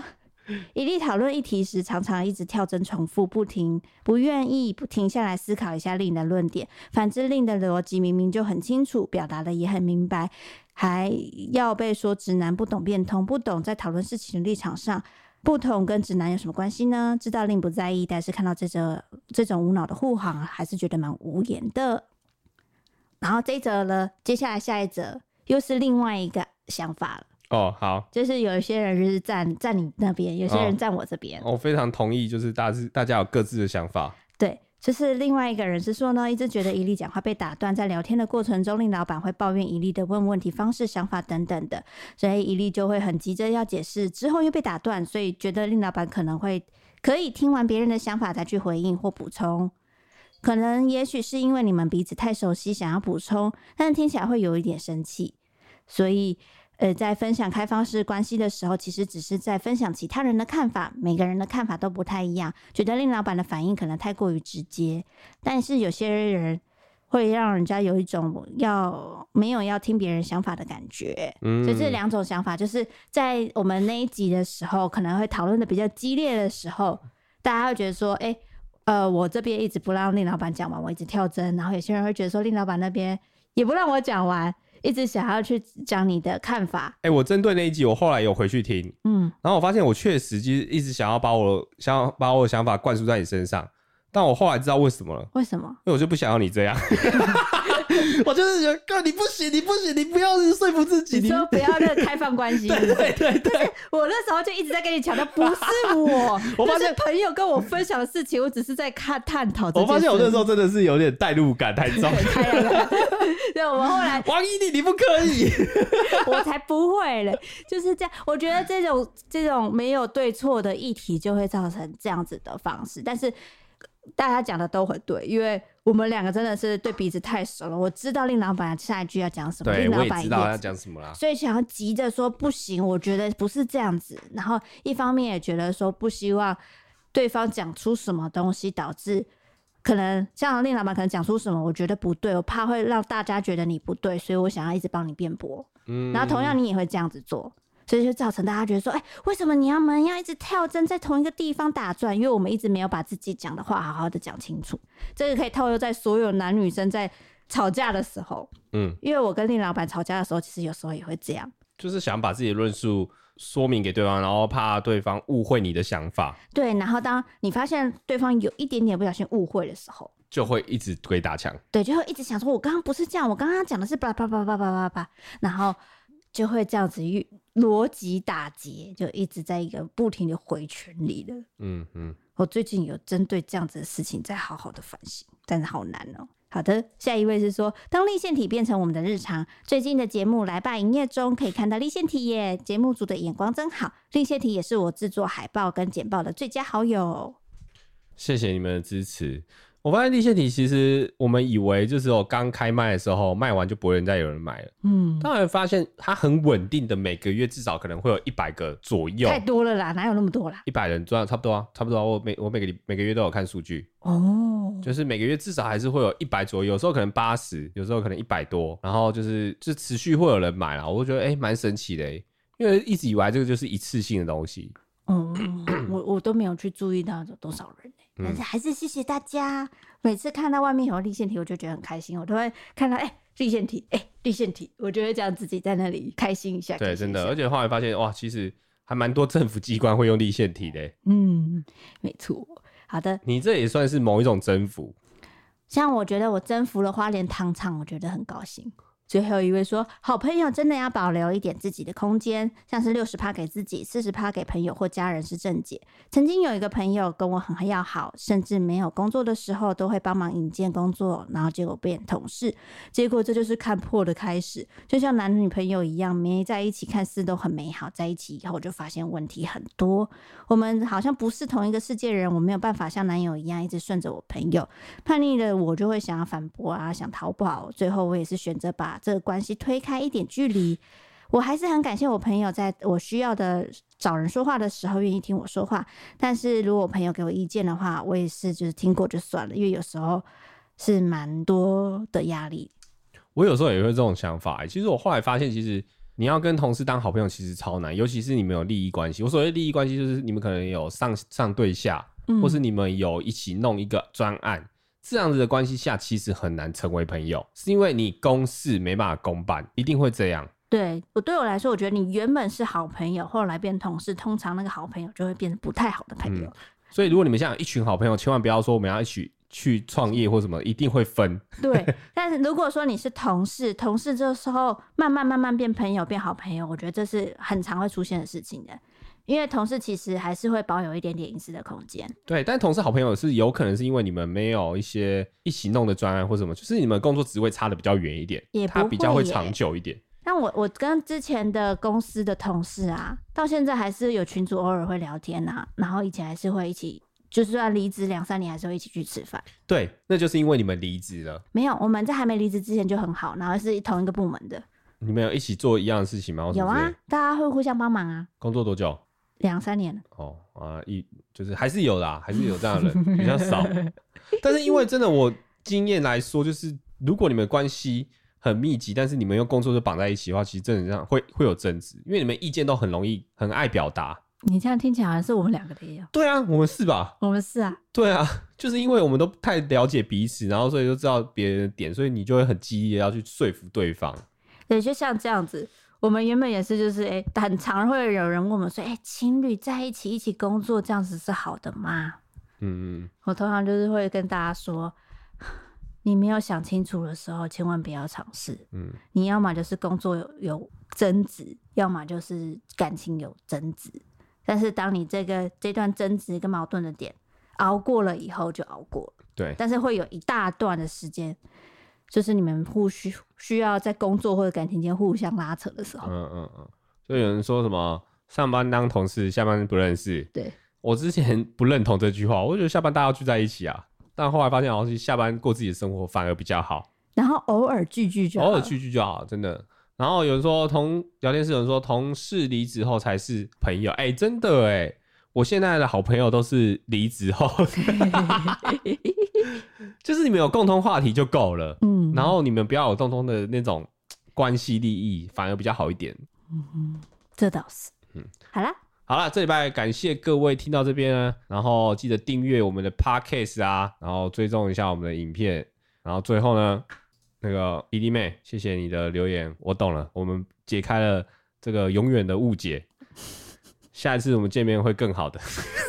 [SPEAKER 1] 伊利讨论议题时常常一直跳针重复，不停不愿意不停下来思考一下令的论点，反之令的逻辑明明就很清楚，表达的也很明白，还要被说直男不懂变通，不懂在讨论事情的立场上不同跟直男有什么关系呢？知道令不在意，但是看到这则这种无脑的护航，还是觉得蛮无言的。然后这一则呢，接下来下一则又是另外一个想法了，
[SPEAKER 2] 哦，好，
[SPEAKER 1] 就是有一些人就是站站你那边，有些
[SPEAKER 2] 哦
[SPEAKER 1] 人站我这边。
[SPEAKER 2] 我非常同意，就是大致大家有各自的想法。
[SPEAKER 1] 对，就是另外一个人是说呢，一直觉得伊利讲话被打断，在聊天的过程中，令老板会抱怨伊利的问问题方式、想法等等的，所以伊利就会很急着要解释，之后又被打断，所以觉得令老板可能会可以听完别人的想法再去回应或补充。可能也许是因为你们彼此太熟悉，想要补充，但是听起来会有一点生气，所以。呃，在分享开放式关系的时候，其实只是在分享其他人的看法，每个人的看法都不太一样，觉得令老板的反应可能太过于直接，但是有些人会让人家有一种要没有要听别人想法的感觉。
[SPEAKER 2] 嗯，
[SPEAKER 1] 所以这两种想法，就是在我们那一集的时候，可能会讨论的比较激烈的时候，大家会觉得说，哎、呃，我这边一直不让令老板讲完，我一直跳针，然后有些人会觉得说，令老板那边也不让我讲完，一直想要去讲你的看法。
[SPEAKER 2] 哎、我针对那一集，我后来有回去听，
[SPEAKER 1] 嗯，
[SPEAKER 2] 然后我发现我确实其实一直想要把我想要把我的想法灌输在你身上，但我后来知道为什么了，
[SPEAKER 1] 为什么？
[SPEAKER 2] 因为我就不想要你这样， (laughs) 我就是觉得哥你不行，你不行，你不要说服自己，
[SPEAKER 1] 你
[SPEAKER 2] 你
[SPEAKER 1] 说不要那个开放关
[SPEAKER 2] (laughs)
[SPEAKER 1] 系，
[SPEAKER 2] 对对对对，
[SPEAKER 1] 我那时候就一直在跟你强调，不是我，
[SPEAKER 2] (laughs) 我发
[SPEAKER 1] 这是
[SPEAKER 2] 现
[SPEAKER 1] 朋友跟我分享的事情，我只是在看探讨这
[SPEAKER 2] 我
[SPEAKER 1] 件事。
[SPEAKER 2] 发现我那时候真的是有点代入感太重。
[SPEAKER 1] 开了开了，对，我们后来
[SPEAKER 2] 王一丽，你不可以。
[SPEAKER 1] 我才不会嘞，就是这样。我觉得这种这种没有对错的议题，就会造成这样子的方式。但是大家讲的都很对，因为我们两个真的是对彼此太熟了。我知道令老板下一句要讲什么，令老板也知
[SPEAKER 2] 什么啦。
[SPEAKER 1] 所以想要急着说不行，我觉得不是这样子。然后一方面也觉得说不希望对方讲出什么东西，导致可能像令老板可能讲出什么，我觉得不对，我怕会让大家觉得你不对，所以我想要一直帮你辩驳。
[SPEAKER 2] 嗯
[SPEAKER 1] 然后同样你也会这样子做，所以就造成大家觉得说，哎、为什么你要们要一直跳针在同一个地方打转？因为我们一直没有把自己讲的话好好的讲清楚，这个可以套用在所有男女生在吵架的时候。
[SPEAKER 2] 嗯，
[SPEAKER 1] 因为我跟令老板吵架的时候，其实有时候也会这样。
[SPEAKER 2] 就是想把自己的论述说明给对方，然后怕对方误会你的想法，
[SPEAKER 1] 对，然后当你发现对方有一点点不小心误会的时候，
[SPEAKER 2] 就会一直鬼打墙。
[SPEAKER 1] 对，就会一直想说，我刚刚不是这样，我刚刚讲的是叭叭叭叭叭叭叭，然后就会这样子一逻辑打结，就一直在一个不停的回圈里了。
[SPEAKER 2] 嗯嗯，
[SPEAKER 1] 我最近有针对这样子的事情在好好的反省，但是好难哦。好的，下一位是说，当立线体变成我们的日常，最近的节目《来吧营业中》可以看到立线体耶，节目组的眼光真好，立线体也是我制作海报跟简报的最佳好友。哦
[SPEAKER 2] 谢谢你们的支持。我发现立线体其实我们以为就只有刚开卖的时候卖完就不会再有人买了，
[SPEAKER 1] 嗯，
[SPEAKER 2] 当然发现它很稳定的，每个月至少可能会有一百个左右
[SPEAKER 1] 太，多了啦，哪有那么多啦？
[SPEAKER 2] 一百人这样差不多啊，差不多啊。我每我每个礼每个月都有看数据，
[SPEAKER 1] 哦，
[SPEAKER 2] 就是每个月至少还是会有一百左右，有时候可能八十，有时候可能一百多，然后就是就持续会有人买啦，我就觉得哎蛮、神奇的、欸，因为一直以来这个就是一次性的东西，
[SPEAKER 1] 哦，
[SPEAKER 2] (clears throat)
[SPEAKER 1] 我我都没有去注意到有多少人、欸、但
[SPEAKER 2] 嗯
[SPEAKER 1] 是还是谢谢大家。每次看到外面有立线体，我就觉得很开心，我都会看到哎、立线体，哎、立线体，我就会这样自己在那里开心一下。开
[SPEAKER 2] 对，
[SPEAKER 1] 心
[SPEAKER 2] 真
[SPEAKER 1] 一
[SPEAKER 2] 的，
[SPEAKER 1] 下
[SPEAKER 2] 而且后来发现哇，其实还蛮多政府机关会用立线体的欸、
[SPEAKER 1] 嗯，没错。好的，
[SPEAKER 2] 你这也算是某一种征服，
[SPEAKER 1] 像我觉得我征服了花莲糖厂，我觉得很高兴。最后一位说，好朋友真的要保留一点自己的空间，像是六十趴给自己，四十趴给朋友或家人是正解。曾经有一个朋友跟我很要好，甚至没有工作的时候都会帮忙引荐工作，然后结果变同事，结果这就是看破的开始。就像男女朋友一样，没在一起看似都很美好，在一起以后就发现问题很多。我们好像不是同一个世界人，我没有办法像男友一样一直顺着我朋友，叛逆的我就会想要反驳啊，想逃跑。最后我也是选择把这个关系推开一点距离。我还是很感谢我朋友，在我需要的找人说话的时候愿意听我说话。但是如果我朋友给我意见的话，我也是就是听过就算了，因为有时候是蛮多的压力。
[SPEAKER 2] 我有时候也会这种想法欸、其实我后来发现，其实你要跟同事当好朋友其实超难，尤其是你们有利益关系。我所谓利益关系，就是你们可能有上上对下，
[SPEAKER 1] 嗯
[SPEAKER 2] 或是你们有一起弄一个专案，这样子的关系下，其实很难成为朋友，是因为你公事没办法公办，一定会这样。
[SPEAKER 1] 对我对我来说，我觉得你原本是好朋友，后来变同事，通常那个好朋友就会变得不太好的朋友。
[SPEAKER 2] 所以如果你们现在有一群好朋友，千万不要说我们要一起去创业或什么，一定会分。
[SPEAKER 1] 对，但是如果说你是同事，同事这时候慢慢慢慢变朋友、变好朋友，我觉得这是很常会出现的事情的，因为同事其实还是会保有一点点隐私的空间。
[SPEAKER 2] 对，但同事好朋友是有可能是因为你们没有一些一起弄的专案或什么，就是你们工作职位差的比较远一点
[SPEAKER 1] 也，不
[SPEAKER 2] 它比较会
[SPEAKER 1] 会耶
[SPEAKER 2] 长久一点。
[SPEAKER 1] 但我我跟之前的公司的同事啊，到现在还是有群主偶尔会聊天啊，然后以前还是会一起，就算离职两三年，还是会一起去吃饭。
[SPEAKER 2] 对，那就是因为你们离职了，
[SPEAKER 1] 没有，我们在还没离职之前就很好，然后是同一个部门的，
[SPEAKER 2] 你们有一起做一样的事情吗？或什
[SPEAKER 1] 有
[SPEAKER 2] 么之类
[SPEAKER 1] 啊
[SPEAKER 2] 的，，
[SPEAKER 1] 大家会互相帮忙啊，
[SPEAKER 2] 工作多久？
[SPEAKER 1] 两三年了。
[SPEAKER 2] 哦啊，一就是还是有啦，还是有这样的人比较
[SPEAKER 1] (laughs)
[SPEAKER 2] 少。但是因为真的我经验来说，就是如果你们关系很密集，但是你们又工作就绑在一起的话，其实真的这样会会有争执，因为你们意见都很容易，很爱表达。
[SPEAKER 1] 你这样听起来好像是我们两个的也有，
[SPEAKER 2] 对啊，我们是吧？
[SPEAKER 1] 我们是啊，
[SPEAKER 2] 对啊， (laughs) 就是因为我们都太了解彼此，然后所以就知道别人的点，所以你就会很激烈地要去说服对方。
[SPEAKER 1] 对，就像这样子，我们原本也是，就是哎、很常会有人问我们说，哎、情侣在一起一起工作这样子是好的吗？
[SPEAKER 2] 嗯嗯，
[SPEAKER 1] 我通常就是会跟大家说， (sighs) 你没有想清楚的时候，千万不要尝试。
[SPEAKER 2] 嗯，
[SPEAKER 1] 你要么就是工作有有争执，要么就是感情有争执。但是当你这个这段争执跟矛盾的点熬过了以后，就熬过了。
[SPEAKER 2] 对，
[SPEAKER 1] 但是会有一大段的时间，就是你们互需需要在工作或者感情间互相拉扯的时候，
[SPEAKER 2] 嗯嗯嗯，就有人说什么上班当同事，下班不认识。
[SPEAKER 1] 对
[SPEAKER 2] 我之前不认同这句话，我觉得下班大家要聚在一起啊，但后来发现好像是下班过自己的生活反而比较好。
[SPEAKER 1] 然后偶尔聚聚就好
[SPEAKER 2] 偶尔
[SPEAKER 1] 了
[SPEAKER 2] 聚聚就好，真的。然后有人说同聊天室有人说同事离职后才是朋友，哎、真的哎、我现在的好朋友都是离职后，就是你们有共同话题就够了，
[SPEAKER 1] 嗯，
[SPEAKER 2] 然后你们不要有共同的那种关系利益，反而比较好一点。
[SPEAKER 1] 这倒是，
[SPEAKER 2] 嗯
[SPEAKER 1] 好啦，
[SPEAKER 2] 好啦，这礼拜感谢各位听到这边呢，然后记得订阅我们的 podcast 啊，然后追踪一下我们的影片，然后最后呢，那个伊丽妹，谢谢你的留言，我懂了，我们解开了这个永远的误解，下一次我们见面会更好的。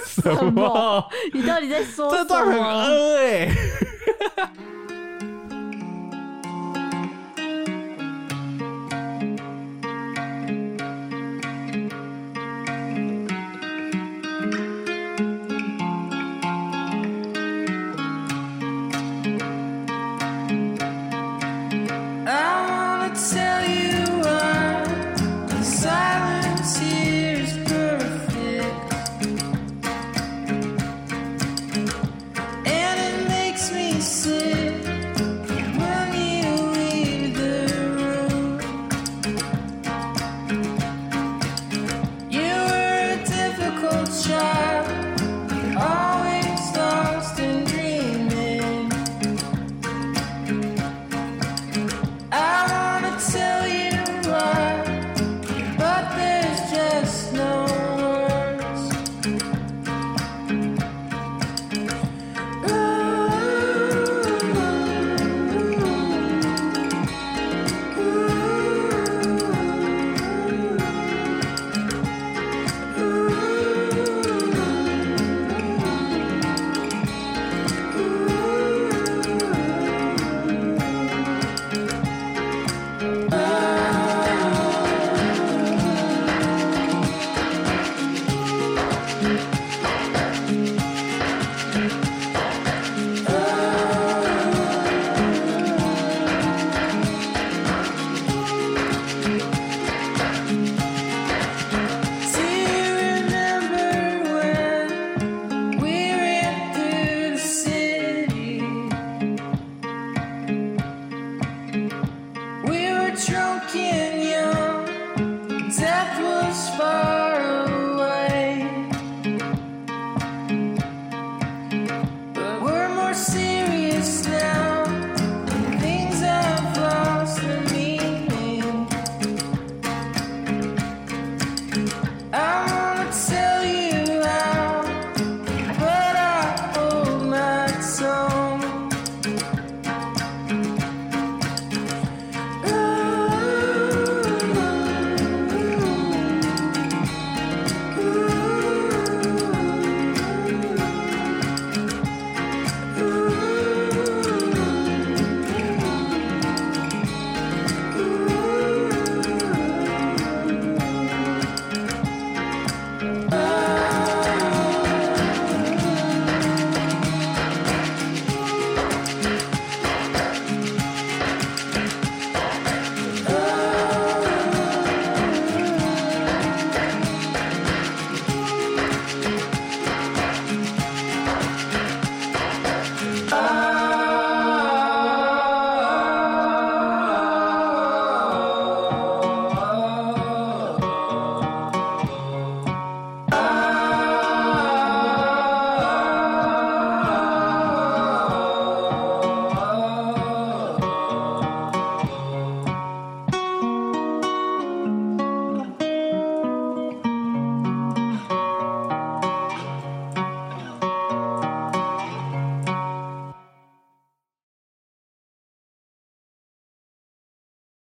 [SPEAKER 2] 什
[SPEAKER 1] 么？你到底在说
[SPEAKER 2] (laughs) 这
[SPEAKER 1] 什
[SPEAKER 2] 段很
[SPEAKER 1] 么？
[SPEAKER 2] 呃哎、